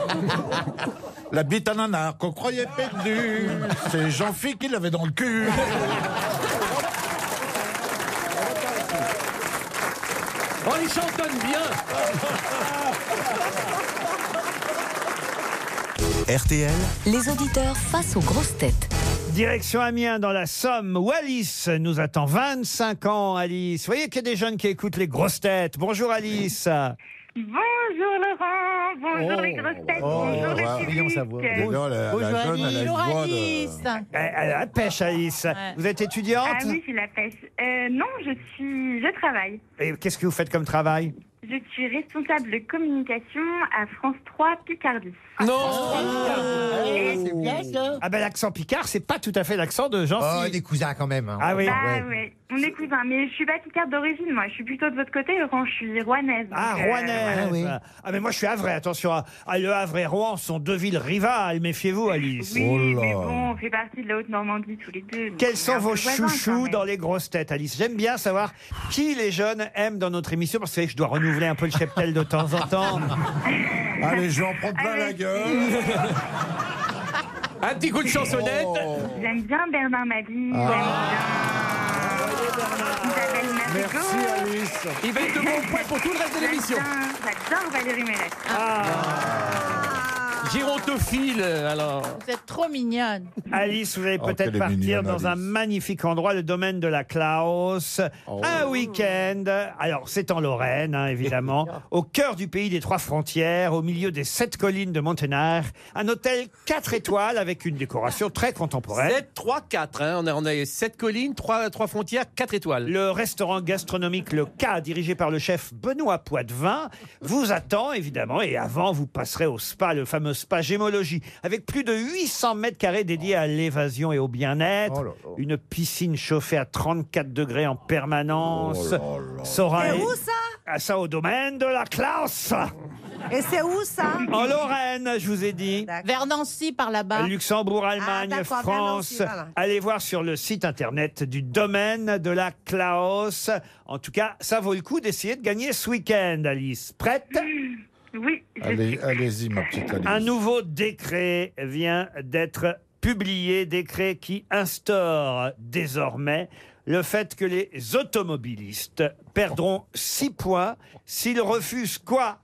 La bite à nanar qu'on croyait perdue, c'est Jean-Fi qui l'avait dans le cul.
On les chantonne bien
RTL,
Les auditeurs face aux grosses têtes.
Direction Amiens dans la Somme où Alice nous attend. 25 ans, Alice. Vous voyez qu'il y a des jeunes qui écoutent les grosses têtes. Bonjour, Alice.
Bonjour Laurent, bonjour les grosses têtes,
Oh,
ouais,
bonjour le
voyons sa
public.
voix.
Et là, la, la
Bonjour,
jeune, elle a une
Bonjour
voix de-
Alice.
Elle, elle a la Euh, pêche, Alice.
Ouais.
Eh, Vous êtes
Ah
étudiante
oui, j'ai la pêche. Euh, non, je suis, je travaille.
Et qu'est-ce que vous faites comme travail
Je suis responsable de communication à France 3 Picardie.
Ah,
Eh,
bah
C'est bien, ça.
Oh. Ah ben l'accent picard, c'est pas tout à fait l'accent de jean
Oh, des cousins, quand même. hein.
Ah oui.
Bah ouais. on est cousins, mais je suis pas picarde d'origine, moi. Je suis plutôt de votre côté, Laurent. Je suis rouennaise.
Ah,
donc, euh,
Rouennais.
Ah oui.
Ah, mais moi, je suis à Havre. Attention, à, à Le Havre et Rouen sont deux villes rivales. Méfiez-vous, Alice.
Oui,
Oh là.
mais bon, on fait partie de la Haute-Normandie tous les deux. donc
Quels
on est
sont
un
vos
peu voisins, quand
chouchous
même.
dans les grosses têtes, Alice J'aime bien savoir qui les jeunes aiment dans notre émission, parce que vous savez que je dois renouveler un peu le cheptel de temps en temps.
Ah,
Allez, je vais en prendre plein la gueule.
Un petit coup de chansonnette
Oh. Ah.
J'aime bien Bernard Mabille. J'aime bien. Isabelle
Merci
Mergo.
Alice.
Il va être de bon point pour tout le reste de l'émission
Ah,
J'adore Valérie Mérès.
Ah,
Gérontophile, euh, alors.
Vous êtes trop mignonne.
Alice, vous allez
Oh,
peut-être
qu'elle est
partir
mignonne,
dans un magnifique endroit, le domaine de la Klaus.
Oh.
Un week-end. Alors, c'est en Lorraine, hein, évidemment. au cœur du pays des trois frontières, au milieu des sept collines de Montenard. Un hôtel 4 étoiles avec une décoration très contemporaine.
7, 3, 4. hein, On, a, on a 7 collines, 3, frontières, 4 étoiles.
Le restaurant gastronomique Le K, dirigé par le chef Benoît Poitvin, vous attend évidemment. Et avant, vous passerez au spa, le fameux spa Gémologie, avec plus de 800 mètres carrés dédiés à l'évasion et au bien-être. Une piscine chauffée à 34 degrés en permanence. Sora
Et où
ça à ça au domaine de la classe
Et c'est où ça
En Lorraine, je vous ai dit.
Vers Nancy, par là-bas.
Luxembourg, Allemagne,
Bah. Ah, d'accord, bien
France.
entendu, voilà.
Allez voir sur le site internet du domaine de la Klaus. En tout cas, ça vaut le coup d'essayer de gagner ce week-end, Alice. Prête
Oui.
Allez, allez-y, ma petite Alice.
Un nouveau décret vient d'être publié, décret qui instaure désormais le fait que les automobilistes perdront 6 points s'ils refusent quoi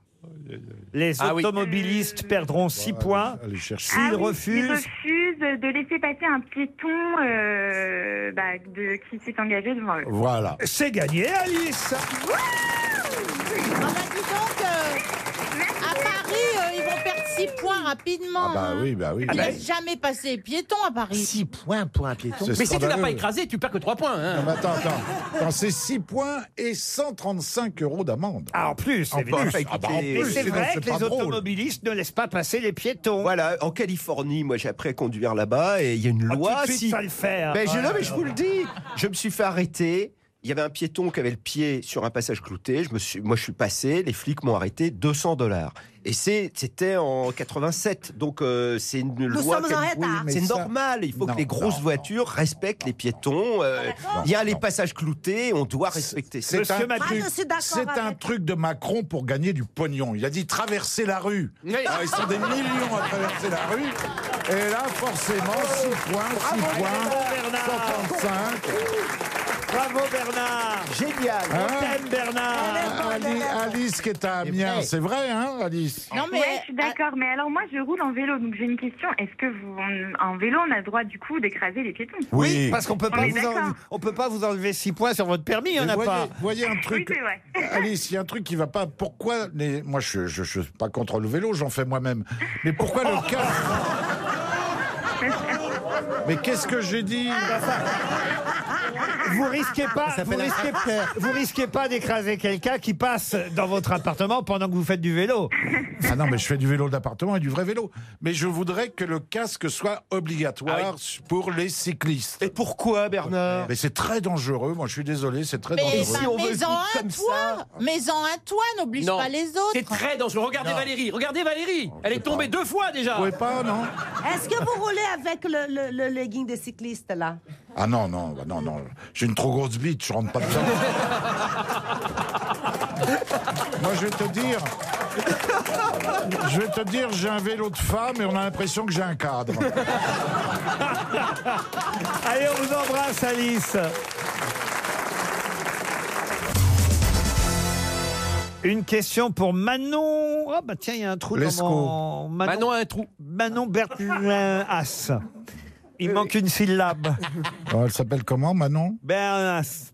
Les
Ah oui.
automobilistes perdront 6 points s'ils
Ah oui,
refusent
Il refuse de laisser passer un piéton euh, bah, de, qui s'est engagé devant eux.
Voilà.
C'est gagné, Alice
Donc, euh, à Paris, euh, ils vont perdre 6 points rapidement.
Ah bah
hein.
oui, bah oui.
Ils laissent jamais passer les piétons à Paris.
6 points pour un piéton.
C'est
Mais si tu l'as
scandaleux.
pas écrasé, tu perds que 3 points. hein.
Non, mais attends, attends. Attends, c'est 6 points et 135 euros d'amende.
Ah, en plus,
en
évidemment.
plus. Ah bah, en
Mais
plus,
c'est
sinon,
vrai
c'est
que les
pas drôle.
automobilistes ne laissent pas passer les piétons.
Voilà, en Californie, moi j'ai appris à conduire là-bas et il y a une
Ah,
loi.
tout de suite,
si...
ça le fait, hein.
Ben, je,
Ouais,
non, mais
ouais,
je vous le dis, je me suis fait arrêter. Il y avait un piéton qui avait le pied sur un passage clouté. Je me suis, moi, je suis passé. Les flics m'ont arrêté 200 dollars. Et c'est, c'était en 87. Donc, euh, c'est une loi.
sommes
qui-
en
Oui,
retard.
mais c'est
ça-
normal. Il faut
Non,
que les grosses voitures respectent les piétons.
Ah,
euh, Il y a les passages cloutés. On doit respecter ça.
C'est un,
Ah,
truc,
Ah,
c'est un truc de Macron pour gagner du pognon. Il a dit traverser la rue. Alors, ils sont des millions à traverser la rue. Et là, forcément, 6 points, 6 points, 135.
Bravo Bernard
Génial
Hein
t'aime, Bernard
Ali- Alice qui est à Amiens, c'est vrai, hein, Alice
Ouais, je suis d'accord. Mais alors moi, je roule en vélo, donc j'ai une question. Est-ce que vous, on- en vélo, on a le droit du coup d'écraser les piétons
Oui.
Parce qu'on peut
On
pas
est
vous
d'accord.
en- on peut pas vous enlever 6 points sur votre permis, il n'y en
Mais
a
voyez,
pas.
Voyez un truc.
Oui, c'est vrai.
Alice, il y a un truc qui va pas. Pourquoi les... Moi, je, je, je suis pas contre le vélo, j'en fais moi-même. Mais pourquoi le casque Mais qu'est-ce que j'ai dit
Vous risquez pas,
Ça
vous
s'appelle un
risquez, vous risquez pas d'écraser quelqu'un qui passe dans votre appartement pendant que vous faites du vélo.
Ah non, mais je fais du vélo d'appartement et du vrai vélo. Mais je voudrais que le casque soit obligatoire
Ah
pour les cyclistes. Et
pourquoi, Bernard
Mais c'est très dangereux. Moi, je suis désolé, c'est très
Mais,
dangereux.
bah, mais en un toi, mais en un toi, n'oblige
Non.
pas les autres.
C'est très dangereux. Regardez
Non. Oh,
Valérie, regardez Valérie. Elle est tombée deux fois déjà.
Vous pouvez pas, non
Est-ce que vous roulez avec le, le, le legging des cyclistes, là
Ah non, non, bah non, non. J'ai une trop grosse bite, je rentre pas dedans. Moi, je vais te dire. Je vais te dire, j'ai un vélo de femme et on a l'impression que j'ai un cadre.
Allez, on vous embrasse, Alice. Une question pour Manon. Ah bah tiens, il y a un trou
Lescaut.
dans mon... Manon
a un trou.
Manon Bertlin-As. Il manque une syllabe.
Oh, elle s'appelle comment, Manon
Bernas.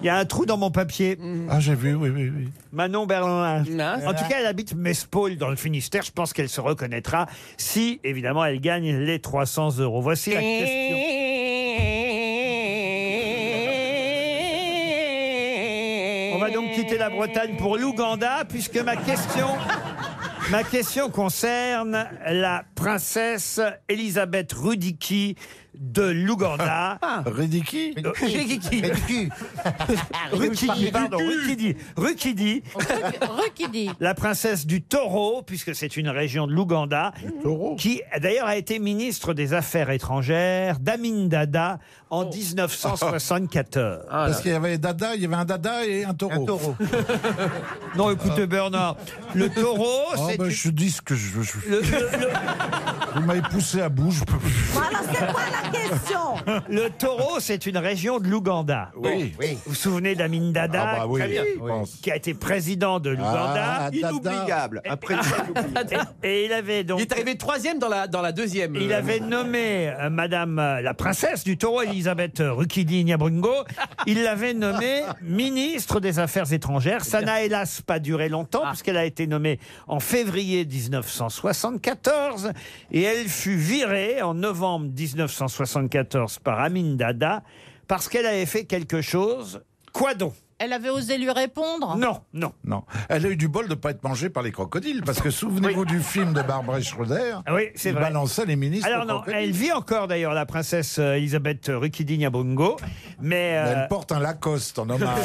Il y a un trou dans mon papier.
Ah, j'ai vu, oui, oui, oui.
Manon Berlin. En tout cas, elle habite Mespol dans le Finistère. Je pense qu'elle se reconnaîtra si, évidemment, elle gagne les 300 euros. Voici la question. On va donc quitter la Bretagne pour l'Ouganda, puisque ma question, ma question concerne la princesse Elisabeth Rudicki de l'Ouganda.
Rediki
Euh, Rukidi, pardon, Rukidi, Rukidi,
Rukidi.
la princesse du taureau, puisque c'est une région de l'Ouganda, qui d'ailleurs a été ministre des Affaires étrangères d'Amin Dada en 1974.
Oh. Ah Parce qu'il y avait dada, il y avait un dada et un taureau.
Non, écoutez Bernard, le taureau,
Oh,
c'est
ben,
une-
je dis ce que je veux. je-
le, le- le-
Vous m'avez poussé à bout, je peux plus.
Alors, c'est quoi la question
Le taureau, c'est une région de l'Ouganda.
Oui.
Vous vous souvenez d'Amin Dada
Ah bah oui,
très bien,
je pense.
qui a été président de l'Ouganda.
Ah, Dada. Inoubliable.
Un président et, et il avait donc... Il est arrivé troisième dans la, dans la deuxième. Il
euh,
avait nommé euh, Madame euh, la princesse du taureau, Elisabeth euh, Rukidi Nyabringo. Il l'avait nommée ministre des Affaires étrangères. Ça n'a hélas pas duré longtemps puisqu'elle a été nommée en février 1974 et elle fut virée en novembre 1974 par Amin Dada parce qu'elle avait fait quelque chose. Quoi donc
Elle avait osé lui répondre
Non, non.
Non. Elle a eu du bol de ne pas être mangée par les crocodiles, parce que souvenez-vous du film de Barbara Schroeder.
Ah Oui, c'est
il
vrai.
balançait les ministres.
Alors
aux
non,
crocodiles.
elle vit encore d'ailleurs la princesse euh, Elisabeth Rukidini Bongo, mais
Mais
euh,
Elle porte un Lacoste en hommage.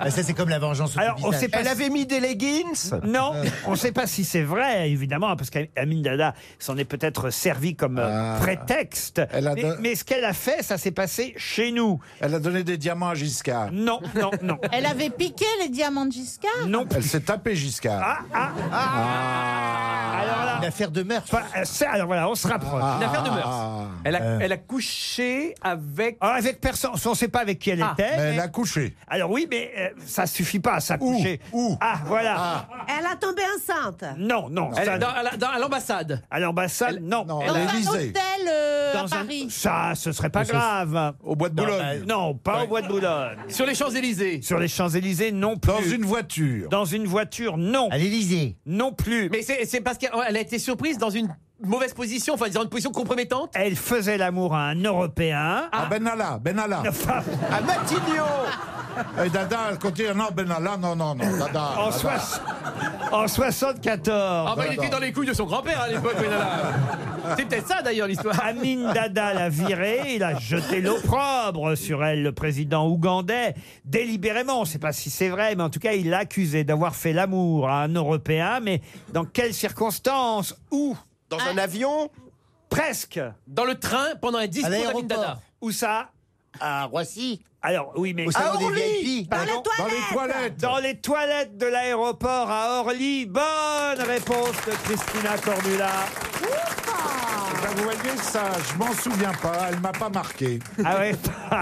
Ah,
ça, c'est comme la vengeance. Ah,
Alors, on sait pas
Elle
si-
avait mis des leggings
non, on ne sait pas si c'est vrai évidemment parce qu'Amin Dada s'en est peut-être servi comme euh, prétexte. mais, mais ce qu'elle a fait, ça s'est passé chez nous.
Elle a donné des diamants à Giscard.
Non, non, non.
Elle avait piqué les diamants de Giscard
Non.
Elle s'est tapée Giscard.
Ah, Alors là,
une affaire de mœurs.
ça, euh, alors voilà, on se rapproche.
Ah.
Une affaire de mœurs. Elle a, elle a couché avec.
Alors, Ah, avec personne, on ne sait pas avec qui elle
Ah.
était.
Mais elle
mais-
a
couché.
Alors oui, mais euh, ça suffit pas, ça coucher. Ah, voilà.
Elle a tombé enceinte.
Non, non.
Elle
ça-
est dans- à la- dans- à l'ambassade.
À l'ambassade, non.
non
Dans un hôtel euh, à
Dans un-
Paris
Ça, ce serait pas
Mais ce-
grave.
Au bois de
Non,
Boulogne.
bah, Non, pas au bois de Boulogne.
Sur les Champs-Élysées.
Sur les Champs-Élysées, non plus.
Dans une voiture.
Dans une voiture, non.
À l'Élysée.
Non plus.
Mais c'est c'est parce qu'elle elle a été surprise dans une mauvaise position, enfin dans une position compromettante.
Elle faisait l'amour à un Européen. Ah.
À Benalla, Benalla.
À Matignon
Ah, Et Dada, elle continue. Non, Benalla, non, non, non. Dada.
Ah. En,
Dada.
soix- en 74.
Ah bah il était dans les couilles de son grand-père hein, à l'époque, Benalla. C'est peut-être ça d'ailleurs l'histoire.
Amin Dada l'a virée, il a jeté l'opprobre sur elle, le président ougandais, délibérément. On ne sait pas si c'est vrai, mais en tout cas, il l'a accusé d'avoir fait l'amour à un Européen, mais dans quelles circonstances Où Hein
Dans un avion
Presque.
Dans le train pendant un discours
À
d'Amin
l'aéroport.
Dada.
Où ça
À Roissy.
Alors, oui, mais.
Au salon des VIP.
Dans les
Dans les
toilettes
toilettes.
Dans les toilettes de l'aéroport à Orly. Bonne réponse de Christina Cordula.
Ben, vous voyez ça, je m'en souviens pas. Elle m'a pas marqué.
Ah ouais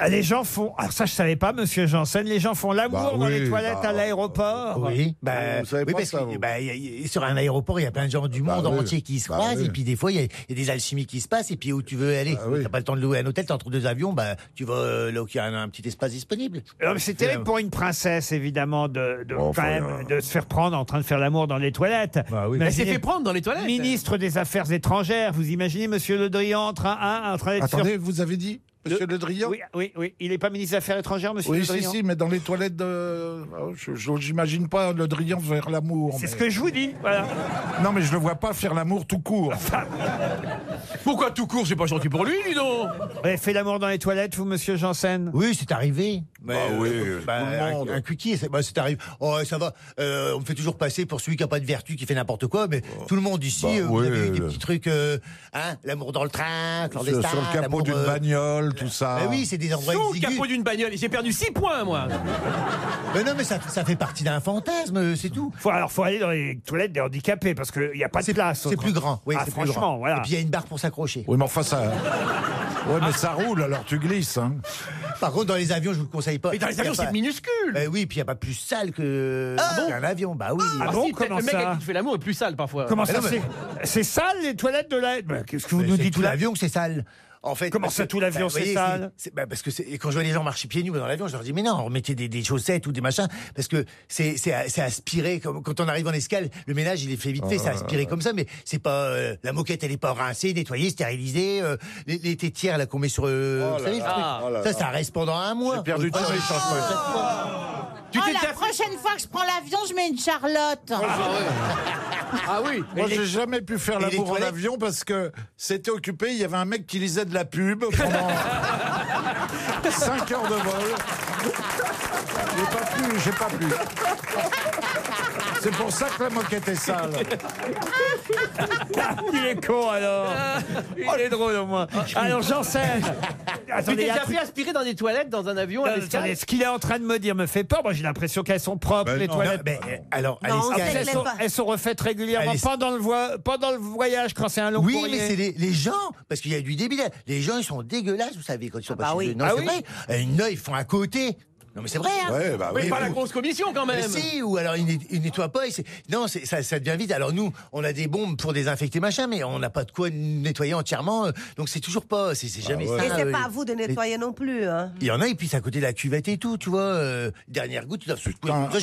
Ah, Les gens font. Alors, ça, je savais pas, monsieur Janssen. Les gens font l'amour
Bah
dans
oui,
les toilettes
bah,
à l'aéroport.
Oui, bah,
Vous savez
oui,
pas
parce
ça,
que
vous.
bah, y a- y a- sur un aéroport, il y a plein de gens du
Bah
monde
oui.
entier qui se
Bah
croisent,
oui.
et puis des fois, il y, a- il y a des alchimies qui se passent, et puis où tu veux aller,
Bah oui.
t'as pas le temps de louer un hôtel, t'es entre deux avions, bah, tu vas euh, là où il y a un, un petit espace disponible. Euh,
Alors, Euh, C'est terrible pour une princesse, évidemment, de, de, quand même,
euh,
de se faire prendre en train de faire l'amour dans les toilettes.
Bah oui.
Elle s'est fait
Imaginez,
prendre dans les toilettes.
ministre des Affaires étrangères, vous imaginez Monsieur Le Drian en train, hein, en train d'être sur-
Attendez, vous avez dit, monsieur Le Drian
Oui, oui, oui. Il n'est pas ministre des Affaires étrangères, Monsieur
Oui,
Le
si,
Drian
si, mais dans les toilettes de. oh, je- je- J'imagine pas Le Drian faire l'amour.
C'est
mais-
ce que je vous dis. Voilà.
Non, mais je le vois pas faire l'amour tout court.
Pourquoi tout court C'est pas gentil pour lui, dis donc.
Vous avez fait l'amour dans les toilettes, vous, Monsieur Janssen
Oui, c'est arrivé. Mais,
Bah oui,
bah,
tout le
un-
monde.
Un, cuquier, c'est bah, c'est arrivé. Oh, ça va. euh, on me fait toujours passer pour celui qui a pas de vertu, qui fait n'importe quoi, mais tout le monde ici,
Bah
euh, vous
oui,
avez eu des
le-
petits trucs, euh, hein, l'amour dans le train,
Sur,
clandestin.
sur le capot
l'amour,
d'une
euh,
bagnole, tout ça.
bah oui, c'est des endroits
Sous le
exigus.
capot d'une bagnole. J'ai perdu 6 points, moi.
Ah,
Mais non, mais ça, ça fait partie d'un fantasme, euh, c'est tout.
Faut, alors, faut aller dans les toilettes des handicapés parce qu'il n'y a pas de
C'est
place.
C'est
autrement.
plus grand. Oui,
Ah,
c'est plus
franchement,
grand.
voilà.
Et puis il y a une barre pour s'accrocher.
Oui, mais enfin, ça. Oui, mais ça roule, alors tu glisses. Hein.
Par contre, dans les avions, je vous le conseille pas.
Mais dans les
Il y a
avions,
pas-
c'est minuscule.
Bah oui, puis il n'y a pas plus sale que qu'un avion. Bah oui.
Ah
Ah
bon,
si, peut-être
comment
le mec
ça
avec qui tu fais l'amour est plus sale parfois.
Comment ça
non, mais-
c'est- C'est sale les toilettes de la. Bah, Qu'est-ce que vous
Mais
nous
c'est
dites
tout
là
l'avion que c'est sale. En fait,
Comment
parce
ça,
que-
tout l'avion,
vous
c'est
voyez,
sale
c'est- bah, parce que c'est- et quand je vois les gens marcher pieds nus dans l'avion, je leur dis mais non, remettez des, des chaussettes ou des machins parce que c'est c'est- c'est aspiré. Comme, quand on arrive en escale, le ménage il est fait vite fait, c'est
Ah.
aspiré comme ça, mais c'est pas euh, la moquette, elle est pas rincée, nettoyée, stérilisée. euh, les, les tétières là qu'on met sur, euh, vous savez, le truc.
Oh là.
ça, ça reste pendant un mois.
J'ai perdu
Oh,
tous mes changements.
Tu
Oh,
t'es
la
déjà fait-
prochaine fois que je prends l'avion, je mets une Charlotte.
Ah oui.
bah Moi, j'ai jamais pu faire
et les
l'amour en
toilettes
avion parce que c'était occupé. Il y avait un mec qui lisait de la pub pendant 5 heures de vol. J'ai pas pu, j'ai pas pu. C'est pour ça que la moquette est sale.
Euh, Ah,
Il est con alors. Oh, il est drôle au moins. Alors j'enseigne.
Tu
il
t'es
y a un
déjà
truc-
fait aspirer dans des toilettes, dans un avion,
Non,
à l'escale
attendez, ce qu'il est en train de me dire me fait peur. Moi, j'ai l'impression qu'elles sont propres,
Ben
les
non. Non,
toilettes.
mais, euh, alors, à
Non,
l'escale-
en fait,
elle
elles,
les
sont,
pas.
elles sont refaites régulièrement
À l'es-
pendant, le voi- pendant le voyage, quand c'est un long
Oui,
courrier.
mais c'est les, les gens, parce qu'il y a du débile. Les gens, ils sont dégueulasses, vous savez, quand ils sont pas chez
oui.
eux. Non,
Ah
c'est
oui.
vrai. Euh, Une œil, ils font à côté. Non, mais c'est vrai. Hein.
Ouais, bah
oui. Mais pas la grosse commission, quand même.
Mais si, ou alors ils, net- ils nettoient pas. ils se- non, c'est- ça, ça devient vite. Alors nous, on a des bombes pour désinfecter machin, mais on n'a pas de quoi nettoyer entièrement. euh, Donc c'est toujours pas. C'est c'est
Ah
jamais
Et
ça.
c'est
euh,
pas à vous de
les-
nettoyer non plus. Hein.
il y en a, ils pissent à côté de la cuvette et tout, tu vois. euh, dernière goutte, ils doivent se Ça, j'ai-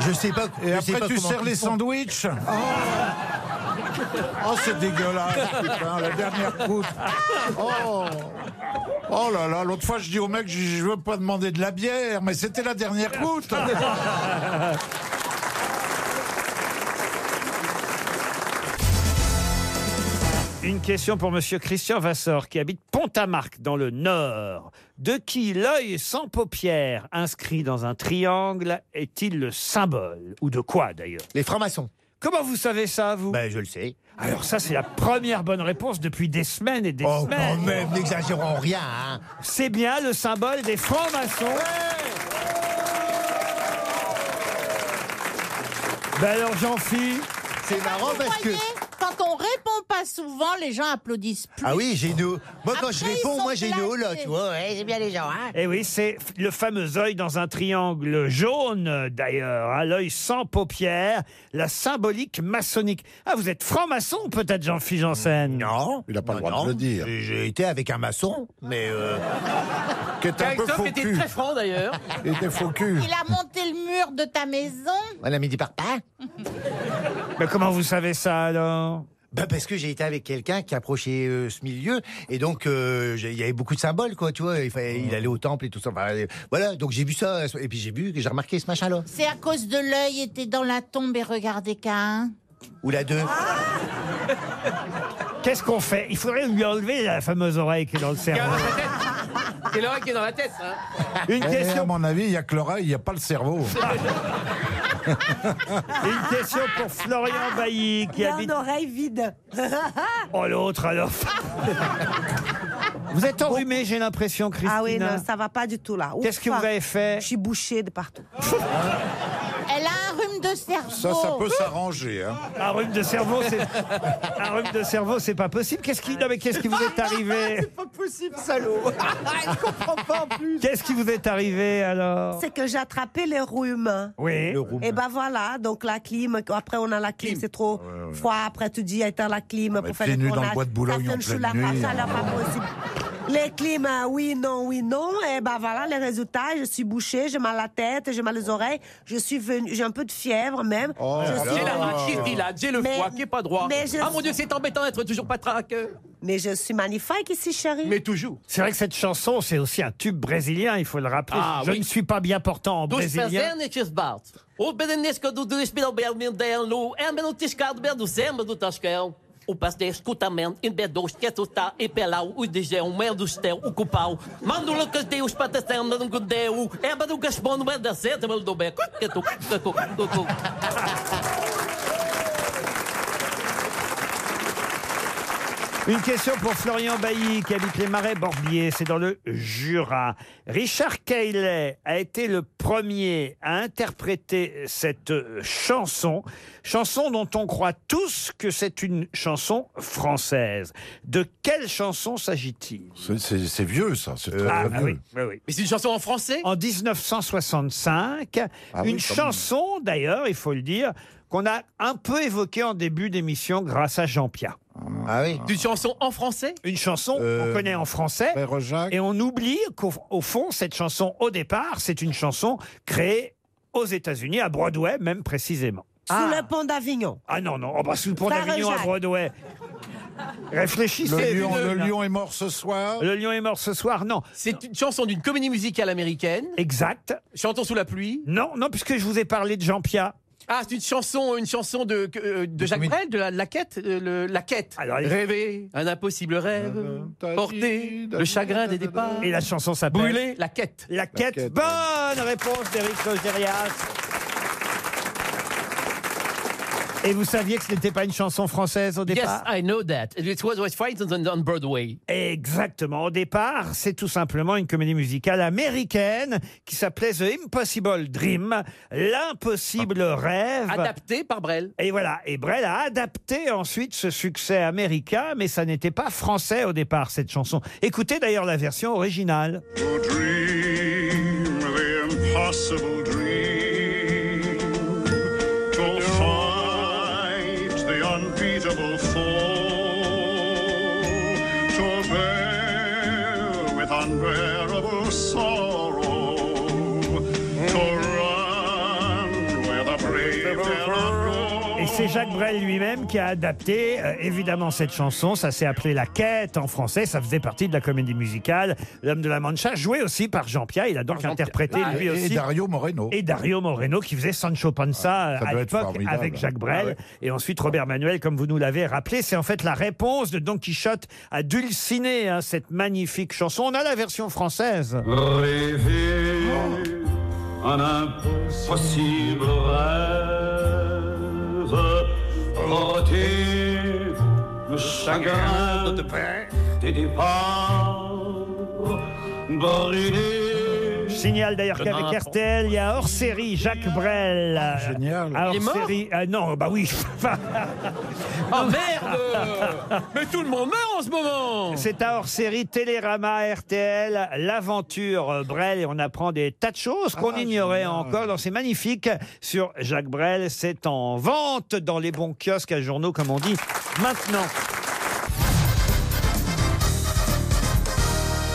je, je sais pas.
Et
je sais
après,
pas
tu
comment
sers
ils
les
font.
sandwichs. Oh, Oh, c'est dégueulasse, putain, la dernière coupe. Oh. Oh là là, l'autre fois je dis au mec, je je veux pas demander de la bière, mais c'était la dernière goutte.
Une question pour Monsieur Christian Vassor, qui habite Pont-à-Marc, dans le Nord. De qui l'œil sans paupières, inscrit dans un triangle, est-il le symbole Ou de quoi, d'ailleurs
Les francs-maçons.
Comment vous savez ça, vous
Ben, je le sais.
Alors ça, c'est la première bonne réponse depuis des semaines et des
Oh,
semaines.
quand même, n'exagérons rien. hein.
C'est bien le symbole des francs-maçons. ben alors, j'en suis.
C'est marrant parce que.
Quand on répond pas souvent, les gens applaudissent plus.
Ah oui, j'ai une. Moi, quand je
Après, ils
réponds,
sont
moi, j'ai une haut là,
blasés.
tu vois. Ouais, j'aime bien les gens, hein.
Eh oui, c'est f- le fameux œil dans un triangle jaune, euh, d'ailleurs, hein, l'œil sans paupières, la symbolique maçonnique. Ah, vous êtes franc-maçon, peut-être, Jean-Philippe Janssen
Non.
Il a pas le droit
non,
de le dire.
j'ai- J'ai été avec un maçon, mais. euh,
Qui est un peu
Christophe
faux
était
cul.
très franc d'ailleurs.
Il était faux cul.
Il a monté le mur de ta maison.
On a mis du parpaing.
Mais comment vous savez ça, alors
Bah parce que j'ai été avec quelqu'un qui approchait euh, ce milieu et donc euh, j'ai- il y avait beaucoup de symboles quoi tu vois il, fallait- il allait au temple et tout ça Enfin, euh, voilà donc j'ai vu ça et puis j'ai vu que j'ai remarqué ce machin là
C'est à cause de l'œil, était dans la tombe et regardez qu'un.
ou la deux
Ah.
Qu'est-ce qu'on fait Il faudrait lui enlever la fameuse oreille qui est dans le
Il y a
cerveau.
dans la tête. C'est l'oreille qui est dans la tête. hein.
Une
Eh, à
question,
mon avis, il y a que l'oreille, il n'y a pas le cerveau.
une question pour Florian Bailly, qui
Il a
habite...
une oreille vide.
Oh, l'autre, alors Vous êtes enrhumé, j'ai l'impression, Christine.
Ah oui, non, ça va pas du tout là. Ouf,
Qu'est-ce que vous
pas.
avez fait
Je suis bouchée de partout.
Elle a un rhume de cerveau.
Ça, ça peut s'arranger. hein.
Un rhume de cerveau, c'est un rhume de cerveau, c'est pas possible. Qu'est-ce qui non, mais qu'est-ce qui vous est arrivé
Pas possible, salaud. Elle comprend pas en plus.
Qu'est-ce qui vous est arrivé alors
C'est que j'ai attrapé les rhumes.
Oui.
Et ben voilà, donc la clim, après on a la clim, c'est trop froid, après tu dis éteins la clim
Ah, mais
pour faire
pieds
le
nus dans le
tournage.
bois de Boulogne
Ça
en
fait
pleine
une chaleur,
nuit. hein.
chaleur pas possible. Les clims, euh, oui, non, oui, non. Et ben voilà, les résultats, je suis bouchée, j'ai mal à la tête, j'ai mal aux oreilles, je suis venue, j'ai un peu de fièvre même.
Oh
Je suis-
J'ai la rage, j'ai le grilade, j'ai le
Oh Mais-
froid, qui est pas droit.
mais je-
Ah mon Dieu, c'est embêtant d'être toujours pas traqueur.
Mais je suis magnifique ici, chérie.
Mais toujours.
C'est vrai que cette chanson, c'est aussi un tube brésilien, il faut le rappeler.
Ah,
Je
oui.
ne suis pas bien portant en
Dos
brésilien.
presentes bate. né, O benenesco do desbelbelmendelo é menos tiscado belo zema do tascão. O passe de escutamento em bedos que tá e pelau o digeu, mel um é do estel, o cupau. Mando lucas de os patação, não gudeu. É bado gaspão, não é da seta, melo do beco. Que tu, que tu, que tu.
Une question pour Florian Bailly, qui habite les Marais Borbier, c'est dans le Jura. Richard Cayley a été le premier à interpréter cette euh, chanson, chanson dont on croit tous que c'est une chanson française. De quelle chanson s'agit-il
C'est- C'est c'est vieux, ça. C'est très,
Ah,
très
ah
vieux.
oui, oui, oui.
Mais c'est une chanson en français
En 1965,
Ah oui,
une
quand
chanson d'ailleurs, il faut le dire, qu'on a un peu évoquée en début d'émission grâce à Jean-Pierre.
ah oui
Une chanson en français
Une chanson qu'on
Euh,
connaît en français
Frère Jacques.
et on oublie qu'au au fond, cette chanson, au départ, c'est une chanson créée aux États-Unis, à Broadway même précisément.
Sous le pont d'Avignon.
Ah non, non, oh, bah, sous le pont
Frère
d'Avignon à
Jacques.
Broadway. Réfléchissez.
Le lion, le
Non.
lion est mort ce soir.
Le lion est mort ce soir, non.
C'est une chanson d'une comédie musicale américaine.
Exact.
Chantons sous la pluie.
Non, non, puisque je vous ai parlé de Jean-Pierre.
Ah, c'est une chanson, une chanson de, que- euh, de Jacques
Oui.
Brel, de la, la quête, euh, le- la quête.
Alors, elle-
Rêver, un impossible rêve, porter le chagrin des départs,
Et la chanson s'appelle
brûler la quête.
La quête.
quête,
Bonne réponse d'Éric Logérias. Et vous saviez que ce n'était pas une chanson française au
Yes,
départ
I know that. It was, was frightened on, on Broadway.
Exactement. Au départ, c'est tout simplement une comédie musicale américaine qui s'appelait The Impossible Dream, l'impossible rêve.
Adapté par Brel.
Et voilà. Et Brel a adapté ensuite ce succès américain, mais ça n'était pas français au départ, cette chanson. Écoutez d'ailleurs la version originale.
dream, the impossible dream. To fight the unbeatable foe. To bear with unbearable sorrow. To run where the brave dare not go.
Et c'est Jacques Brel lui-même qui a adapté euh, évidemment cette chanson. Ça s'est appelé La Quête en français. Ça faisait partie de la comédie musicale. L'homme de la Mancha, joué aussi par Jean Pia. Il a donc interprété
Ah,
lui
et-
aussi.
Et Dario Moreno.
Et Dario Moreno qui faisait Sancho Panza
Ah, ça
à
doit être
l'époque
formidable.
avec Jacques Brel.
Ah ouais.
Et ensuite Robert Manuel, comme vous nous l'avez rappelé, c'est en fait la réponse de Don Quichotte à Dulciné, hein, cette magnifique chanson. On a la version française.
Rêver un impossible rêve, porter le chagrin de tes départs, brûler.
Je signale d'ailleurs qu'avec RTL, il y a hors série Jacques Brel. Génial.
Il est mort
Non, bah oui.
Oh merde Mais tout le monde meurt en ce moment
C'est un hors-série Télérama RTL, l'aventure euh, Brel, et on apprend des tas de choses qu'on ignorait encore dans ces magnifiques sur Jacques Brel. C'est en vente dans les bons kiosques à journaux, comme on dit maintenant.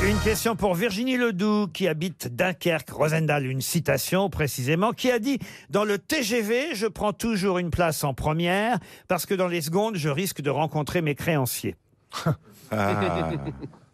Une question pour Virginie Ledoux, qui habite Dunkerque, Rosendal, une citation précisément, qui a dit « Dans le TGV, je prends toujours une place en première, parce que dans les secondes, je risque de rencontrer mes créanciers. »
Euh,
Ah.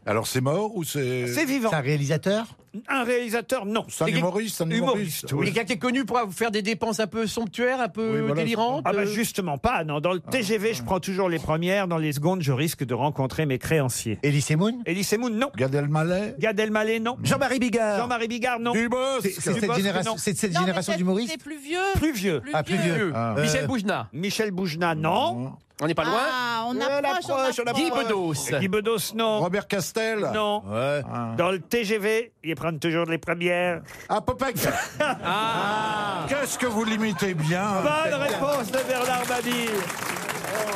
Alors c'est mort ou c'est.
C'est vivant. C'est un
réalisateur
Un réalisateur, non.
C'est un humoriste, un humoriste.
oui.
Quelqu'un qui est connu pour faire des dépenses un peu somptuaires, un peu délirantes euh,
Ah bah justement pas, non. Dans le
Ah.
TGV, je prends toujours les premières. Dans les secondes, je risque de rencontrer mes créanciers.
Elise Moon
Elise Moon, non.
Gad Elmaleh
Gad Elmaleh, non.
Jean-Marie Bigard
Jean-Marie Bigard, non.
Dubosc
C'est- c'est cette génération-
non.
c'est de cette Non, mais génération c'est- d'humoristes c'est
plus vieux.
Plus vieux.
Plus Ah, plus vieux. vieux. Ah.
Michel
Euh,
Boujna.
Michel Boujna, non.
On n'est pas loin
Ah, on
Ouais,
approche, on approche.
Guy Bedos.
Euh, Guy Bedos, non.
Robert Castel
Non. Ah. Dans le TGV, ils prennent toujours les premières.
Ah, Popek Ah. Qu'est-ce que vous limitez bien Oh,
Bonne réponse de Bernard Mabille.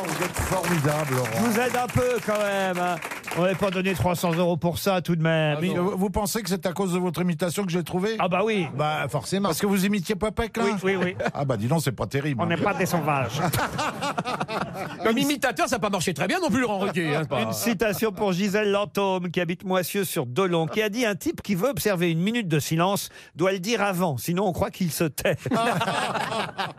Vous êtes formidable, Laurent.
Je vous aide un peu quand même. hein. On n'avait pas donné 300 euros pour ça tout de même.
Euh, Mais vous- Vous pensez que c'est à cause de votre imitation que j'ai trouvé
Ah bah oui.
Bah forcément. Parce que vous imitiez Popek là
Oui, oui, oui.
Ah bah dis donc, c'est pas terrible.
On n'est pas des sauvages.
Comme imitateur, ça n'a pas marché très bien non plus, Laurent Ruquier. hein, c'est pas-
Une citation pour Gisèle Lantôme, qui habite Moissieux sur Dolon, qui a dit Un type qui veut observer une minute de silence doit le dire avant, sinon on croit qu'il se tait.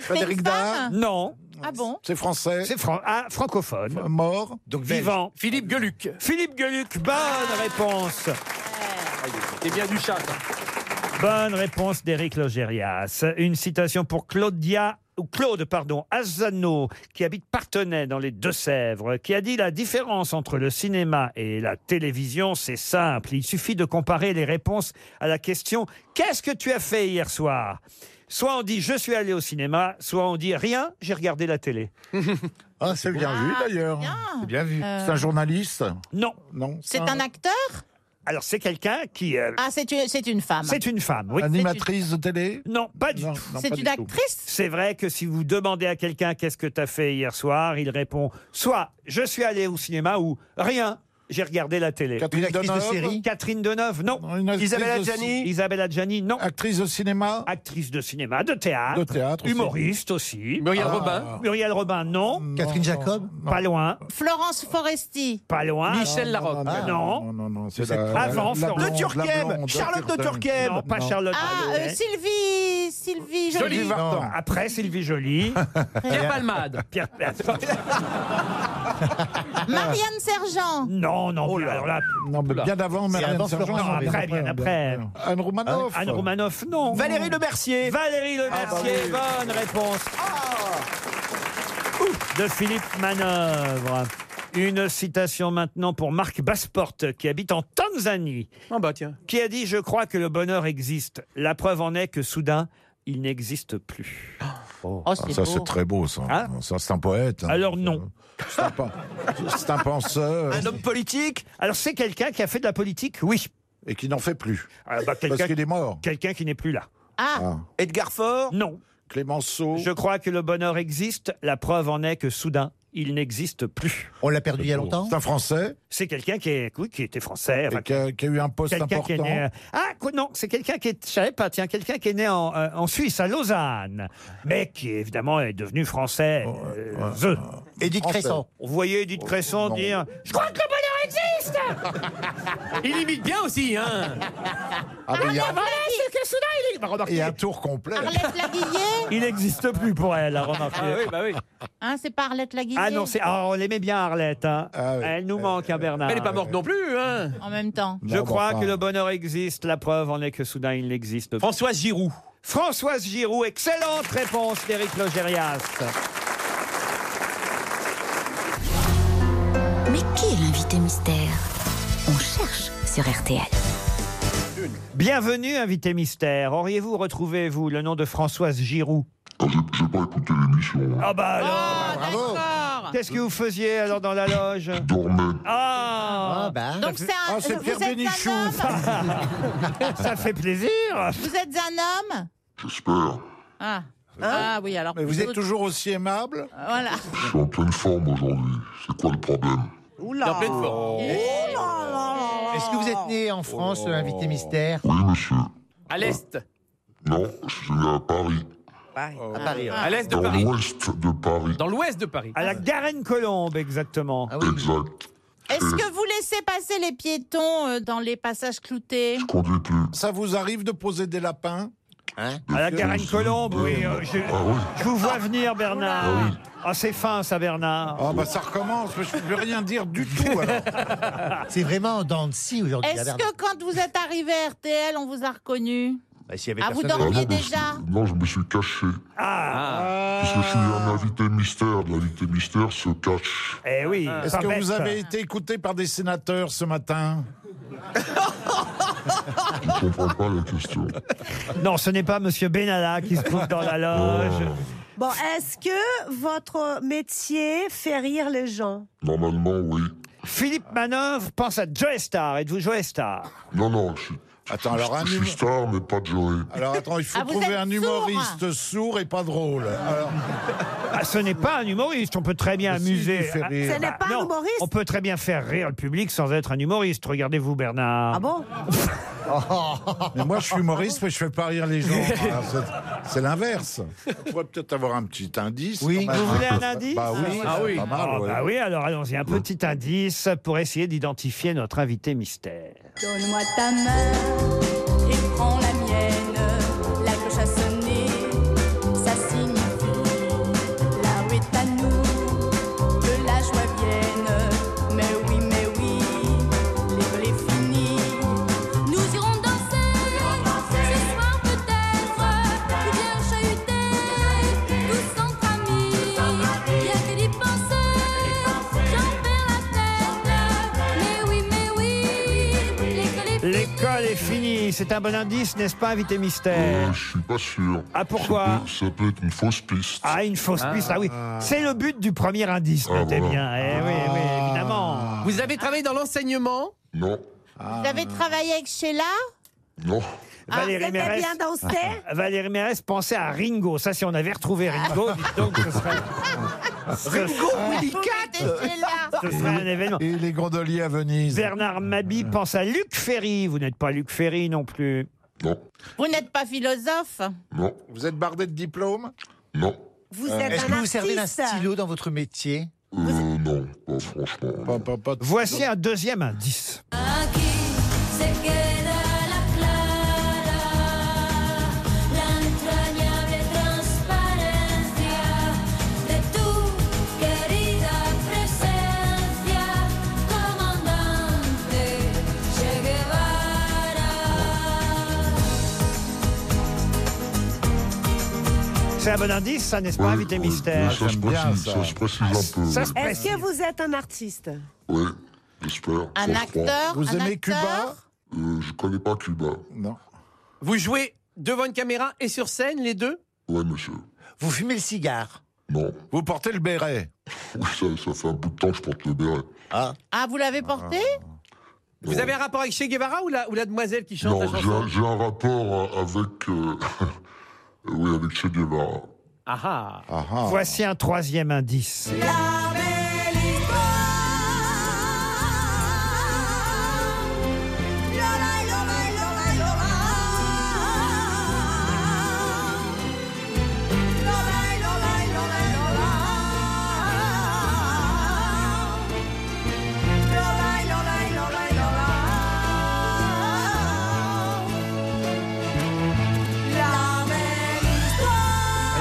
Frédéric Dard
Non.
Ah bon
C'est français
C'est fran- ah, francophone.
Mort
Donc vivant.
Philippe Gueluc.
Ah bah, Philippe Gueluc, bonne réponse.
Eh. Et bien du chat. ça.
Bonne réponse d'Éric Logérias. Une citation pour Claudia ou Claude, pardon, Azzano, qui habite Partenay dans les Deux-Sèvres, qui a dit la différence entre le cinéma et la télévision, c'est simple. Il suffit de comparer les réponses à la question Qu'est-ce que tu as fait hier soir Soit on dit je suis allé au cinéma, soit on dit rien, j'ai regardé la télé.
Ah, c'est bien vu d'ailleurs. C'est bien vu. C'est un journaliste
Non.
Non.
Euh,
Ah.
C'est un acteur
Alors c'est quelqu'un qui. euh,
Ah, c'est une, c'est une femme.
C'est une femme, oui.
Animatrice de télé
Non, pas du tout.
C'est une actrice
C'est vrai que si vous demandez à quelqu'un qu'est-ce que t'as fait hier soir, il répond soit je suis allé au cinéma ou rien. J'ai regardé la télé.
Catherine Une actrice de Deneuve série
Catherine Deneuve, non.
actrice Isabella de Gianni ci-
Isabella Gianni, non.
Actrice de cinéma
Actrice de cinéma, de théâtre.
De théâtre aussi.
Humoriste aussi.
Muriel
Ah.
Robin.
Muriel Robin, non.
Catherine Jacob
Pas loin.
Florence Foresti.
Pas loin.
Michel Larocque.
Ah,
Non,
non.
non, non, non, c'est
C'est
Euh, la-
avant
la- la
Florence.
blonde,
De Turckheim,
la blonde,
Charlotte de
Turckheim.
Non, pas
Non.
Charlotte.
Ah, euh, Sylvie. Sylvie Joly.
Joly. Vartan.
Non. Après Sylvie Joly.
Pierre Palmade.
Pierre
Marianne Sergent.
Non,
Oh
non, alors là,
Non, mais bien avant,
C'est
Marianne
avant
Sergent.
Florence
bien
Foresti.
Après, bien après.
Anne Romanoff.
Anne Romanoff, non.
Valérie Le Mercier. Ah, bah
Valérie Le Mercier, bonne réponse. Ouf, De Philippe Manœuvre. Une citation maintenant pour Marc Basseporte, qui habite en Tanzanie,
Ah bah tiens.
qui a dit Je crois que le bonheur existe. La preuve en est que soudain, il n'existe plus.
Oh,
Ah, ça, c'est très beau, ça. ça c'est un poète. hein.
Alors non.
C'est un, pen- c'est un penseur.
Un homme politique Alors c'est quelqu'un qui a fait de la politique, oui. Ah, bah,
Et qui n'en fait plus.
quelqu'un-
Parce qu'il est mort.
Quelqu'un qui n'est plus là.
啊
Ah
Edgar Faure Non. Clémenceau Je crois que le bonheur existe, la preuve en est que soudain, il n'existe plus.
On l'a perdu il y a longtemps
C'est un Français
C'est quelqu'un qui, est- oui, qui était français. enfin,
qui a, qui a eu un poste
quelqu'un
important.
qui est né, euh, Ah, quoi, non, c'est quelqu'un qui est. Je savais pas, tiens, quelqu'un qui est né en, euh, en Suisse, à Lausanne, mais qui évidemment est devenu français. euh, the.
Édith
Français.
Cresson.
Vous voyez Edith
Oh,
Cresson dire Je crois que le bonheur existe
Il imite bien aussi, hein
Ah, mais il y a-
c'est que soudain, il est...
Il y a un tour complet.
Arlette Laguillet
Il n'existe plus pour elle, à remarquer.
Ah oui, bah oui.
Hein, c'est pas Arlette Laguillet
Ah non, c'est. ah, on l'aimait bien, Arlette. hein.
Ah
Elle nous manque, hein,
Ah,
Bernard.
Elle n'est pas morte non plus, hein
En même temps.
Je crois que le bonheur existe. La preuve en est que soudain il n'existe plus.
Françoise Giroud.
Françoise Giroud, excellente réponse d'Éric Logérias.
Mais qui est l'invité mystère On cherche sur RTL.
Bienvenue, invité mystère. Auriez-vous retrouvé, vous, le nom de Françoise Giroud Ah, bah alors
Bravo
Qu'est-ce que vous faisiez alors dans la loge Ah,
bah.
Donc c'est
Ah,
un-
c'est
vous
Pierre
êtes un
Bénichou.
homme Ça fait plaisir
Vous êtes un homme
J'espère.
Ah.
Hein
ah oui, alors.
Mais vous êtes toujours aussi aimable
Voilà.
Je suis en pleine forme aujourd'hui. C'est quoi le problème
Oula
pleine forme.
Est-ce que vous êtes né en France, euh, invité mystère
Oui, monsieur.
À l'Est.
Non, je suis né à Paris.
Bah,
Ah,
À Paris.
À l'Est de
Dans
Paris.
l'ouest de Paris.
Dans l'Ouest de Paris.
À la Garenne-Colombe, exactement.
Exact.
Est-ce que vous laissez passer les piétons euh, dans les passages cloutés
Conduis plus.
Ça vous arrive de poser des lapins
À la Garenne-Colombe, Hein oui. euh, je, je vous vois venir, Bernard. Ah, c'est fin, ça, Bernard.
Ah bah ça recommence, mais je ne peux rien dire du tout alors.
C'est vraiment dans le si aujourd'hui, à
Est-ce
Bernard.
que quand vous êtes arrivé à RTL, on vous a reconnu Ah, vous
Ah non,
dormiez
mais
déjà
je- Non, je me suis caché.
Ah.
Parce que je suis un invité mystère. L'invité mystère se cache.
Eh oui.
Est-ce
pas
que
bête.
vous avez été écouté par des sénateurs ce matin
Je ne comprends pas la question.
Non, ce n'est pas Monsieur Benalla qui se trouve dans la loge.
Bon, est-ce que votre métier fait rire les gens
Normalement, oui.
Philippe Manœuvre pense à Joe Star. Êtes-vous Joe Star
Non, non, je suis,
Attends, alors un
je suis
humo-
star, mais pas Joey.
Alors attends, il faut
Ah, vous
trouver
êtes
un
sourd.
humoriste sourd, et pas drôle. Alors,
Ah, Ce n'est pas un humoriste. On peut très bien
Mais si,
amuser. Ah,
il fait rire.
Ce n'est pas un
non,
humoriste.
On peut très bien faire rire le public sans être un humoriste. Regardez-vous, Bernard.
Ah bon
mais moi je suis humoriste, mais je fais pas rire les gens. Alors, c'est- C'est l'inverse. On pourrait peut-être avoir un petit indice.
Oui.
quand même.
Vous voulez un indice
Bah oui,
Ah
c'est
oui.
pas mal.
Ah,
ouais.
bah oui, alors allons-y. Un petit indice pour essayer d'identifier notre invité mystère.
Donne-moi ta main et prends la mienne. La cloche a sonné, ça signifie la rue est à nous, que la joie vienne. Mais oui, mais oui, l'école est finie. Nous irons danser, ce soir peut-être, ou bien chahuter, tous entre amis. Rien que d'y penser, j'en perds la tête. Mais oui, mais oui, l'école est
L'école est finie. C'est un bon indice, n'est-ce pas, invité mystère
Euh, je suis pas sûr.
Ah, pourquoi
ça peut, ça peut être une fausse piste.
Ah, une fausse piste. Ah oui, c'est le but du premier indice.
Ah,
Notez
voilà.
bien. Eh oui, oui, évidemment.
Vous avez travaillé dans l'enseignement
Non,
Vous avez
Ah.
travaillé avec Sheila
non.
Valérie
Ah, Vous aimez
Mérès.
bien danser
Valérie Mérès pensait à Ringo. Ça, si on avait retrouvé Ringo, dites donc, ce serait. Ringo
Willy
Ah,
Cat Sheila
Ce serait un événement.
Et les gondoliers à Venise.
Bernard Mabi
Euh.
pense à Luc Ferry. Vous n'êtes pas Luc Ferry non plus.
Non,
Vous n'êtes pas philosophe
non,
Vous êtes bardé de diplômes
non.
Vous êtes
Est-ce
un
que vous
artiste.
servez d'un stylo dans votre métier
Euh, non, pas franchement.
Pas- pas- pas-
Voici un deuxième indice.
Aquí se queda la clara, la entrañable transparencia de tu querida presencia, comandante Che Guevara.
C'est un bon indice, ça, n'est-ce pas,
Ouais,
invité
ouais,
mystère
ouais, ça, se
J'aime bien
précise,
ça.
ça. se précise un peu.
Ça se
Est-ce
précise.
que vous êtes un artiste
Oui, j'espère. ça
Un
se croit.
acteur
Vous
un
aimez
acteur
Cuba
Euh, Je connais pas Cuba.
Non.
Vous jouez
devant une caméra et sur scène, les deux
Ouais, monsieur.
Vous fumez le cigare
Non.
Vous portez le béret
Oui, ça, ça fait un bout de temps que je porte le béret.
Ah,
Ah, vous l'avez porté Vous avez un rapport avec Che Guevara ou la, ou la demoiselle qui chante la
Non, j'ai
chanson
un- j'ai un rapport euh, avec. euh, oui, avec Che Guevara.
Ah ah
Voici un troisième indice.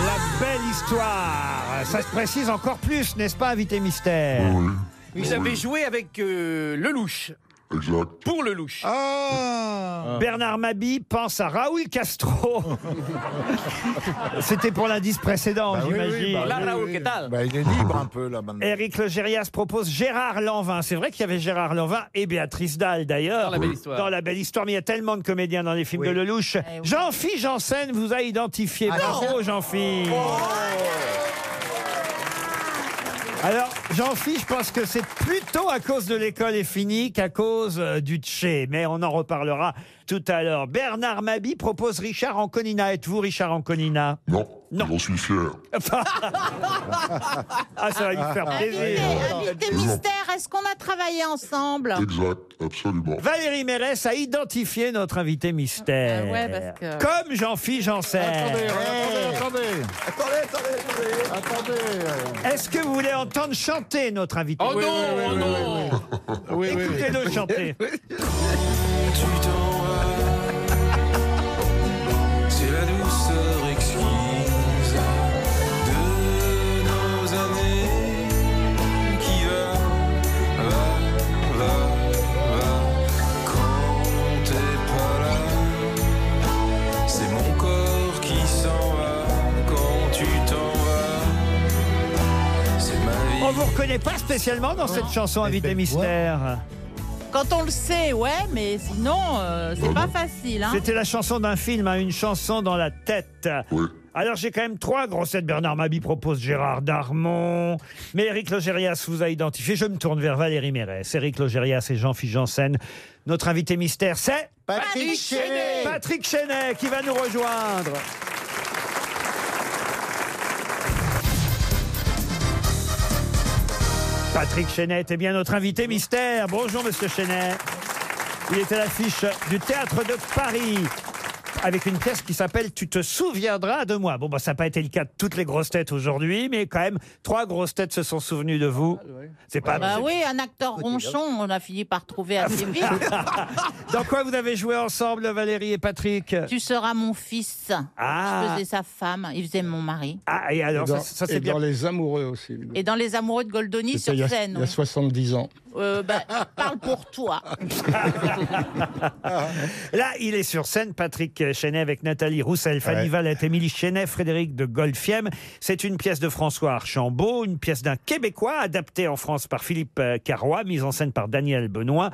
La belle histoire. Ça se précise encore plus, n'est-ce pas, invité mystère
Vous avez joué avec euh, Lelouch. Pour Lelouch.
Ah. Bernard Mabi pense à Raoul Castro. C'était pour l'indice précédent,
Bah oui, oui,
j'imagine.
bah oui, oui. Bah, Il est libre un peu là maintenant.
Éric Legérias propose Gérard Lanvin. C'est vrai qu'il y avait Gérard Lanvin et Béatrice Dalle d'ailleurs.
Dans La Belle Histoire.
Dans La Belle Histoire, mais il y a tellement de comédiens dans les films
Oui.
de Lelouch. Jean-Phi Janssen vous a identifié.
Ah,
Bravo
Janssen.
Jean-Phi alors, Jean-Phi, je pense que c'est plutôt à cause de l'école est finie qu'à cause euh, du tché. Mais on en reparlera tout à l'heure. Bernard Mabi propose Richard Anconina. Êtes-vous Richard Anconina
Non, j'en suis fier.
Ah, ça va lui faire
Invité,
plaisir.
invité mystère, est-ce qu'on a travaillé ensemble
Exact, absolument.
Valérie Mérès a identifié notre invité mystère.
Ah ouais, parce que-
Comme Jean-Phi Janssen.
attendez, attendez, attendez, attendez,
Est-ce que vous voulez entendre chanter notre invité
Oh non, oh non. Oui, oui, oui.
Écoutez-le chanter.
Tu t'en vas, c'est la douceur exquise de nos années qui va, va, va, va. Quand t'es pas là, c'est mon corps qui s'en va. Quand tu t'en vas, c'est ma vie.
On vous reconnaît pas spécialement dans cette chanson Invité Mystère.
Quand on le sait, ouais, mais sinon, euh, c'est pas facile. Hein.
C'était la chanson d'un film, hein, une chanson dans la tête. Alors j'ai quand même trois grossettes. Bernard Mabi propose Gérard Darmon. Mais Eric Logérias vous a identifié. Je me tourne vers Valérie Mérès. Eric Logérias et Jean-Philippe Janssen. Notre invité mystère, c'est
Patrick Chenet.
Patrick Chenet qui va nous rejoindre. Patrick Chenet est bien notre invité mystère. Bonjour Monsieur Chenet. Il était à l'affiche du Théâtre de Paris avec une pièce qui s'appelle Tu te souviendras de moi. Bon, bah, ça n'a pas été le cas de toutes les grosses têtes aujourd'hui, mais quand même, trois grosses têtes se sont souvenues de vous. Ah, C'est pas
Bah oui, un acteur ronchon, on a fini par trouver assez vite.
Dans quoi vous avez joué ensemble, Valérie et Patrick
tu seras mon fils.
Ah.
Je faisais sa femme, il faisait mon mari.
Ah, et alors, ça, ça, c'est
et
bien.
dans les amoureux aussi.
Et dans Les Amoureux de Goldoni
C'était
sur
il y a-
scène.
Il y a 70 ans.
Euh, bah, parle pour toi.
Là, il est sur scène, Patrick Chenet avec Nathalie Roussel, Fanny
Ouais.
Valette, Émilie Chenet, Frédéric de Golfiem. C'est une pièce de François Archambault, une pièce d'un Québécois adaptée en France par Philippe euh, Carrois, mise en scène par Daniel Benoît.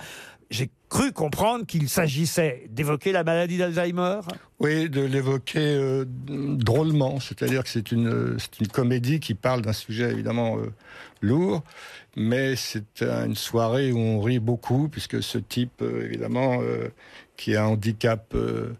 J'ai cru comprendre qu'il s'agissait d'évoquer la maladie d'Alzheimer.
Oui, de l'évoquer euh, drôlement, c'est-à-dire que c'est une, euh, c'est une comédie qui parle d'un sujet évidemment euh, lourd, mais c'est euh, une soirée où on rit beaucoup, puisque ce type, euh, évidemment, euh, qui a un handicap, euh,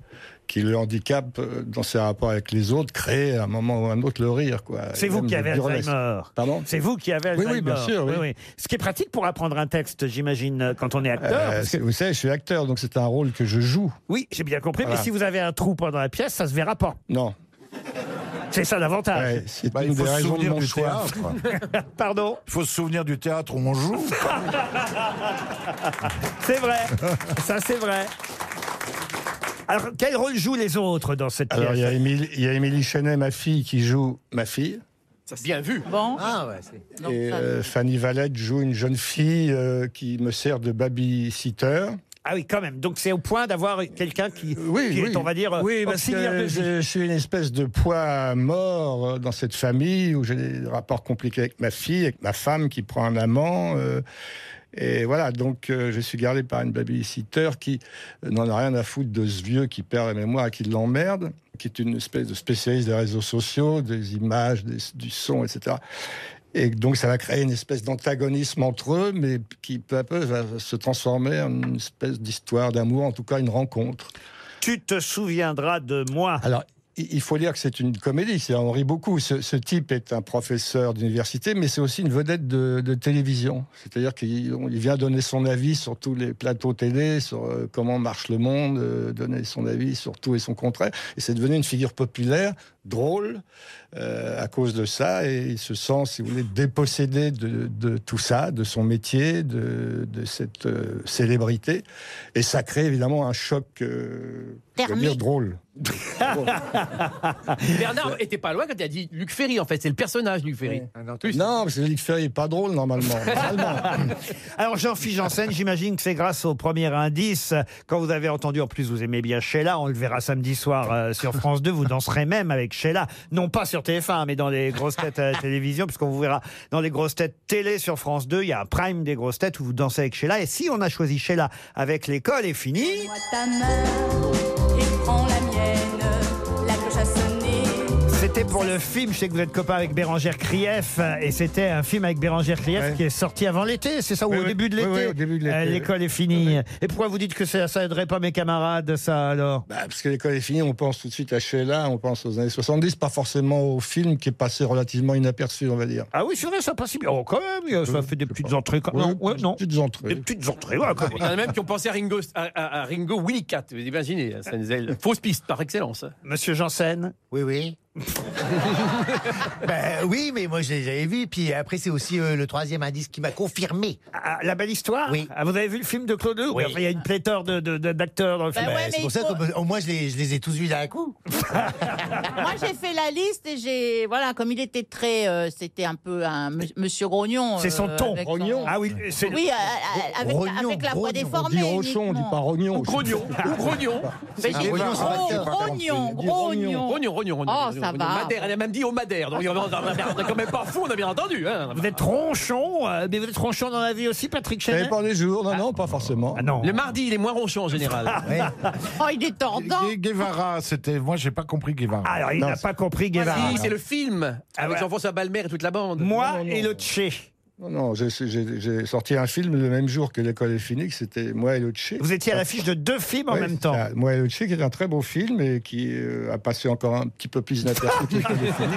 qui le handicap euh, dans ses rapports avec les autres, crée à un moment ou à un autre le rire. quoi.
C'est
Et
vous
même
qui
le
avez
burlesque.
Alzheimer.
Pardon
C'est vous qui avez
Oui,
Alzheimer.
oui, bien sûr, oui.
Ce qui est pratique pour apprendre un texte, j'imagine, euh, quand on est acteur.
Euh,
parce que-
c'est- Vous savez, je suis acteur, donc c'est un rôle que je joue.
Oui, j'ai bien compris,
Voilà.
mais si vous avez un trou pendant la pièce, ça se verra pas.
Non.
C'est ça l'avantage.
c'est
Bah, il faut se souvenir du théâtre.
Pardon
Il faut se souvenir du théâtre où on joue.
C'est vrai, ça c'est vrai. Alors, quel rôle jouent les autres dans cette
Alors, il y a
pièce
Émile- il y a Émilie Chenet, ma fille, qui joue ma fille.
Bien vu.
Bon.
Ah ouais, c'est.
et euh, Fanny Valette joue une jeune fille euh, qui me sert de babysitter.
Ah oui, quand même. Donc, c'est au point d'avoir quelqu'un qui,
Oui,
qui
oui.
est, on va dire,
oui, parce
auxiliaire
que
de vie.
je, je suis une espèce de poids mort euh, dans cette famille où j'ai des rapports compliqués avec ma fille, avec ma femme qui prend un amant. euh, Et voilà, donc euh, je suis gardé par une babysitter qui euh, n'en a rien à foutre de ce vieux qui perd la mémoire et qui l'emmerde, qui est une espèce de spécialiste des réseaux sociaux, des images, des- du son, etc. Et donc ça va créer une espèce d'antagonisme entre eux, mais qui peu à peu va se transformer en une espèce d'histoire d'amour, en tout cas une rencontre.
Tu te souviendras de moi.
Alors, i- il faut dire que c'est une comédie, c'est on rit beaucoup. Ce, ce type est un professeur d'université, mais c'est aussi une vedette de, de télévision. C'est-à-dire qu'il on- il vient donner son avis sur tous les plateaux télé, sur euh, comment marche le monde, euh, donner son avis sur tout et son contraire. Et c'est devenu une figure populaire, drôle, euh, à cause de ça. Et il se sent, si vous voulez, dépossédé de, de tout ça, de son métier, de, de cette euh, célébrité. Et ça crée évidemment un choc, euh, je dois dire,
Thermique.
drôle.
Bernard était pas loin quand il a dit Luc Ferry, en fait. C'est le personnage, Luc Ferry.
Non, parce que Luc Ferry n'est pas drôle normalement.
Alors Jean-Philippe Janssen, j'imagine que c'est grâce au premier indice. Quand vous avez entendu, en plus vous aimez bien Sheila, on le verra samedi soir euh, sur France 2, vous danserez même avec Sheila. Non pas sur TF1, mais dans les grosses têtes à la télévision, puisqu'on vous verra dans les grosses têtes télé sur France 2, il y a un prime des grosses têtes où vous dansez avec Sheila. Et si on a choisi Sheila avec l'école est fini,
Moi ta main et prends la mienne, la cloche a sonné.
C'était pour le film, je sais que vous êtes copain avec Bérangère Krief, euh, et c'était un film avec Bérangère Krief qui est sorti avant l'été, c'est ça, ou
Oui,
au,
oui.
début de
Oui,
l'été
oui, au début de l'été,
Euh,
oui.
L'école est finie. Et pourquoi vous dites que ça ça aiderait pas mes camarades, ça alors
Bah, parce que l'école est finie, on pense tout de suite à Sheila, on pense aux années 70, pas forcément au film qui est passé relativement inaperçu, on va dire.
Ah oui, c'est vrai, ça passe si bien. Oh, quand même, ça fait des petites entrées. quand- non, ouais, non.
Des petites entrées.
Des petites entrées, ouais, quand
Il y en
Ah.
même.
a même qui ont pensé à Ringo, à, à- à Ringo Willy Cat. Vous imaginez, ça nous aide. Fausse piste par excellence.
Monsieur Janssen
Oui, oui. Ben oui, mais moi je les avais vus. Puis après, c'est aussi euh, le troisième indice qui m'a confirmé.
Ah, la belle histoire
Oui.
Ah, vous avez vu le film de Claude Leroux
Oui.
Enfin, Il y a une pléthore d'acteurs de, d'acteurs dans le film.
Bah ouais, mais
Ben, c'est pour
il
ça
faut-
qu'au au moins je les, je les ai tous vus d'un coup.
Moi, j'ai fait la liste et j'ai. Voilà, comme il était très. euh, C'était un peu un m- monsieur Grognon.
C'est son
euh,
ton.
avec
Grognon.
son-
Ah oui, c'est-
Oui, euh, euh, avec,
Grognon,
avec la voix
grognon.
déformée.
On dit Rochon, on dit
uniquement.
pas Rognon.
Ou grognon, ou grognon.
Mais j'ai dit
Grognon,
gros,
ça va, c'est pas
grognon,
grognon.
grognon.
Rognon, rognon, rognon.
Oh,
rognon,
ça
rognon.
va.
Madère, elle a même dit au Madère. Donc, on n'est quand même pas fou, on a bien entendu. hein.
Vous êtes ronchon, euh, mais vous êtes ronchon dans la vie aussi, Patrick
Ça
Chenet Ah.
dépend des jours, non, non, pas forcément. Ah,
non.
Le mardi, il est moins ronchon en général.
Oh, il est tordant.
Gu- Guevara, c'était. Moi, j'ai pas compris Guevara.
Ah, Alors, il n'a pas compris Guevara.
Si, c'est le film avec
ouais.
Jean-François Balmer et toute la bande.
Moi et le Tché.
Non, non, j'ai- j'ai j'ai sorti un film le même jour que l'école est finie, que c'était Moi et le Tché.
Vous étiez à l'affiche de deux films en
Ouais,
même temps.
c'est ça. Moi et le Tché, qui est un très beau film et qui euh, a passé encore un petit peu plus inaperçu que l'école est finie.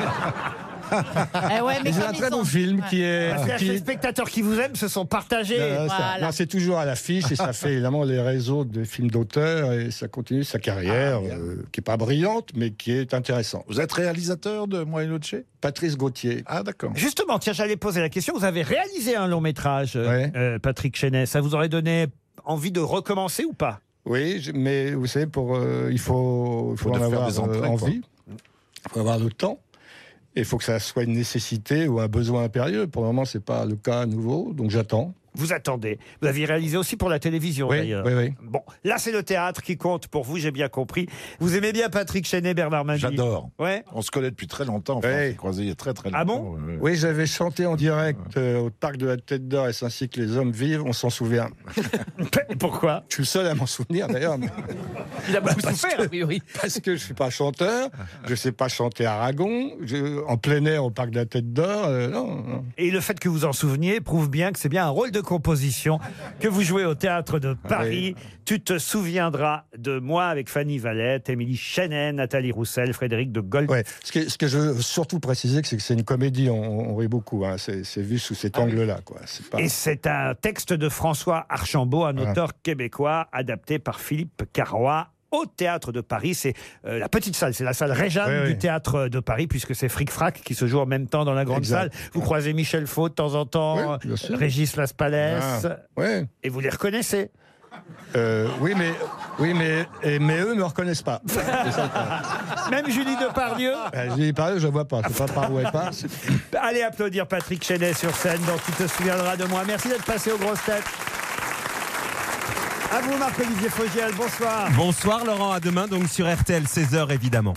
Eh ouais, mais
C'est un
comme ils
très
sont-
beau film qui est.
Parce que
qui-
les spectateurs qui vous aiment se sont partagés.
Non, non, ça-
Voilà.
non, c'est toujours à l'affiche et ça fait évidemment les réseaux de films d'auteurs et ça continue sa carrière euh, qui est pas brillante mais qui est intéressante.
Ah, Vous êtes réalisateur de Moi et Loche
Patrice Gauthier.
Ah, d'accord.
Justement, tiens, j'allais poser la question. Vous avez réalisé un long métrage, euh,
Ouais.
euh, Patrick Chenet. Ça vous aurait donné envie de recommencer ou pas
Oui, je- mais vous savez, pour euh, il faut, il faut
Faut de
en
faire
avoir
des
euh,
entrées, quoi.
envie, il faut avoir le temps. Et il faut que ça soit une nécessité ou un besoin impérieux. Pour le moment, c'est pas le cas à nouveau, donc j'attends.
Vous attendez. Vous aviez réalisé aussi pour la télévision,
Oui,
d'ailleurs.
oui, oui.
Bon, là, c'est le théâtre qui compte pour vous, j'ai bien compris. Vous aimez bien Patrick Chenet, Bernard Mabie
J'adore.
Ouais.
On se connaît depuis très longtemps. Enfin,
Ouais.
on s'est croisés il y a très très longtemps.
Ah
Ouais, ouais.
Oui, j'avais chanté en direct euh, au parc de la Tête d'Or et c'est ainsi que les hommes vivent, on s'en souvient.
Pourquoi
Je suis le seul à m'en souvenir d'ailleurs. mais- Bah,
Il a beaucoup souffert, a priori.
parce que je suis pas chanteur, je sais pas chanter Aragon, je- en plein air au parc de la Tête d'Or, euh, non, non.
Et le fait que vous en souveniez prouve bien que c'est bien un rôle de composition que vous jouez au théâtre de Paris. Tu te souviendras de moi avec Fanny Valette, Émilie Chenet, Nathalie Roussel, Frédéric de Gaulle.
Ouais. Ce, que, ce que je veux surtout préciser, c'est que c'est une comédie, on, on rit beaucoup, hein. c'est c'est vu sous
Ah
cet angle-là, quoi. C'est pas.
Et c'est un texte de François Archambault, un auteur québécois, adapté par Philippe Carrois au Théâtre de Paris. C'est euh, la petite salle, c'est la salle Réjeanne
Oui, oui.
du Théâtre de Paris, puisque c'est Fric Frac qui se joue en même temps dans la grande salle.
Exact.
Vous croisez Michel Faux de temps en temps,
Oui, bien sûr.
Régis Laspalès,
Ah, ouais.
et vous les reconnaissez.
Euh, oui, mais, oui mais, et- mais eux ne me reconnaissent pas.
Même Julie Depardieu.
Euh, je dis par eux, je ne vois pas. Je sais pas par où elle passe.
Allez applaudir Patrick Chenet sur scène dans Tu te souviendras de moi. Merci d'être passé aux grosses têtes. À vous Marc-Olivier Fogiel, bonsoir.
Bonsoir Laurent, à demain donc sur RTL 16h évidemment.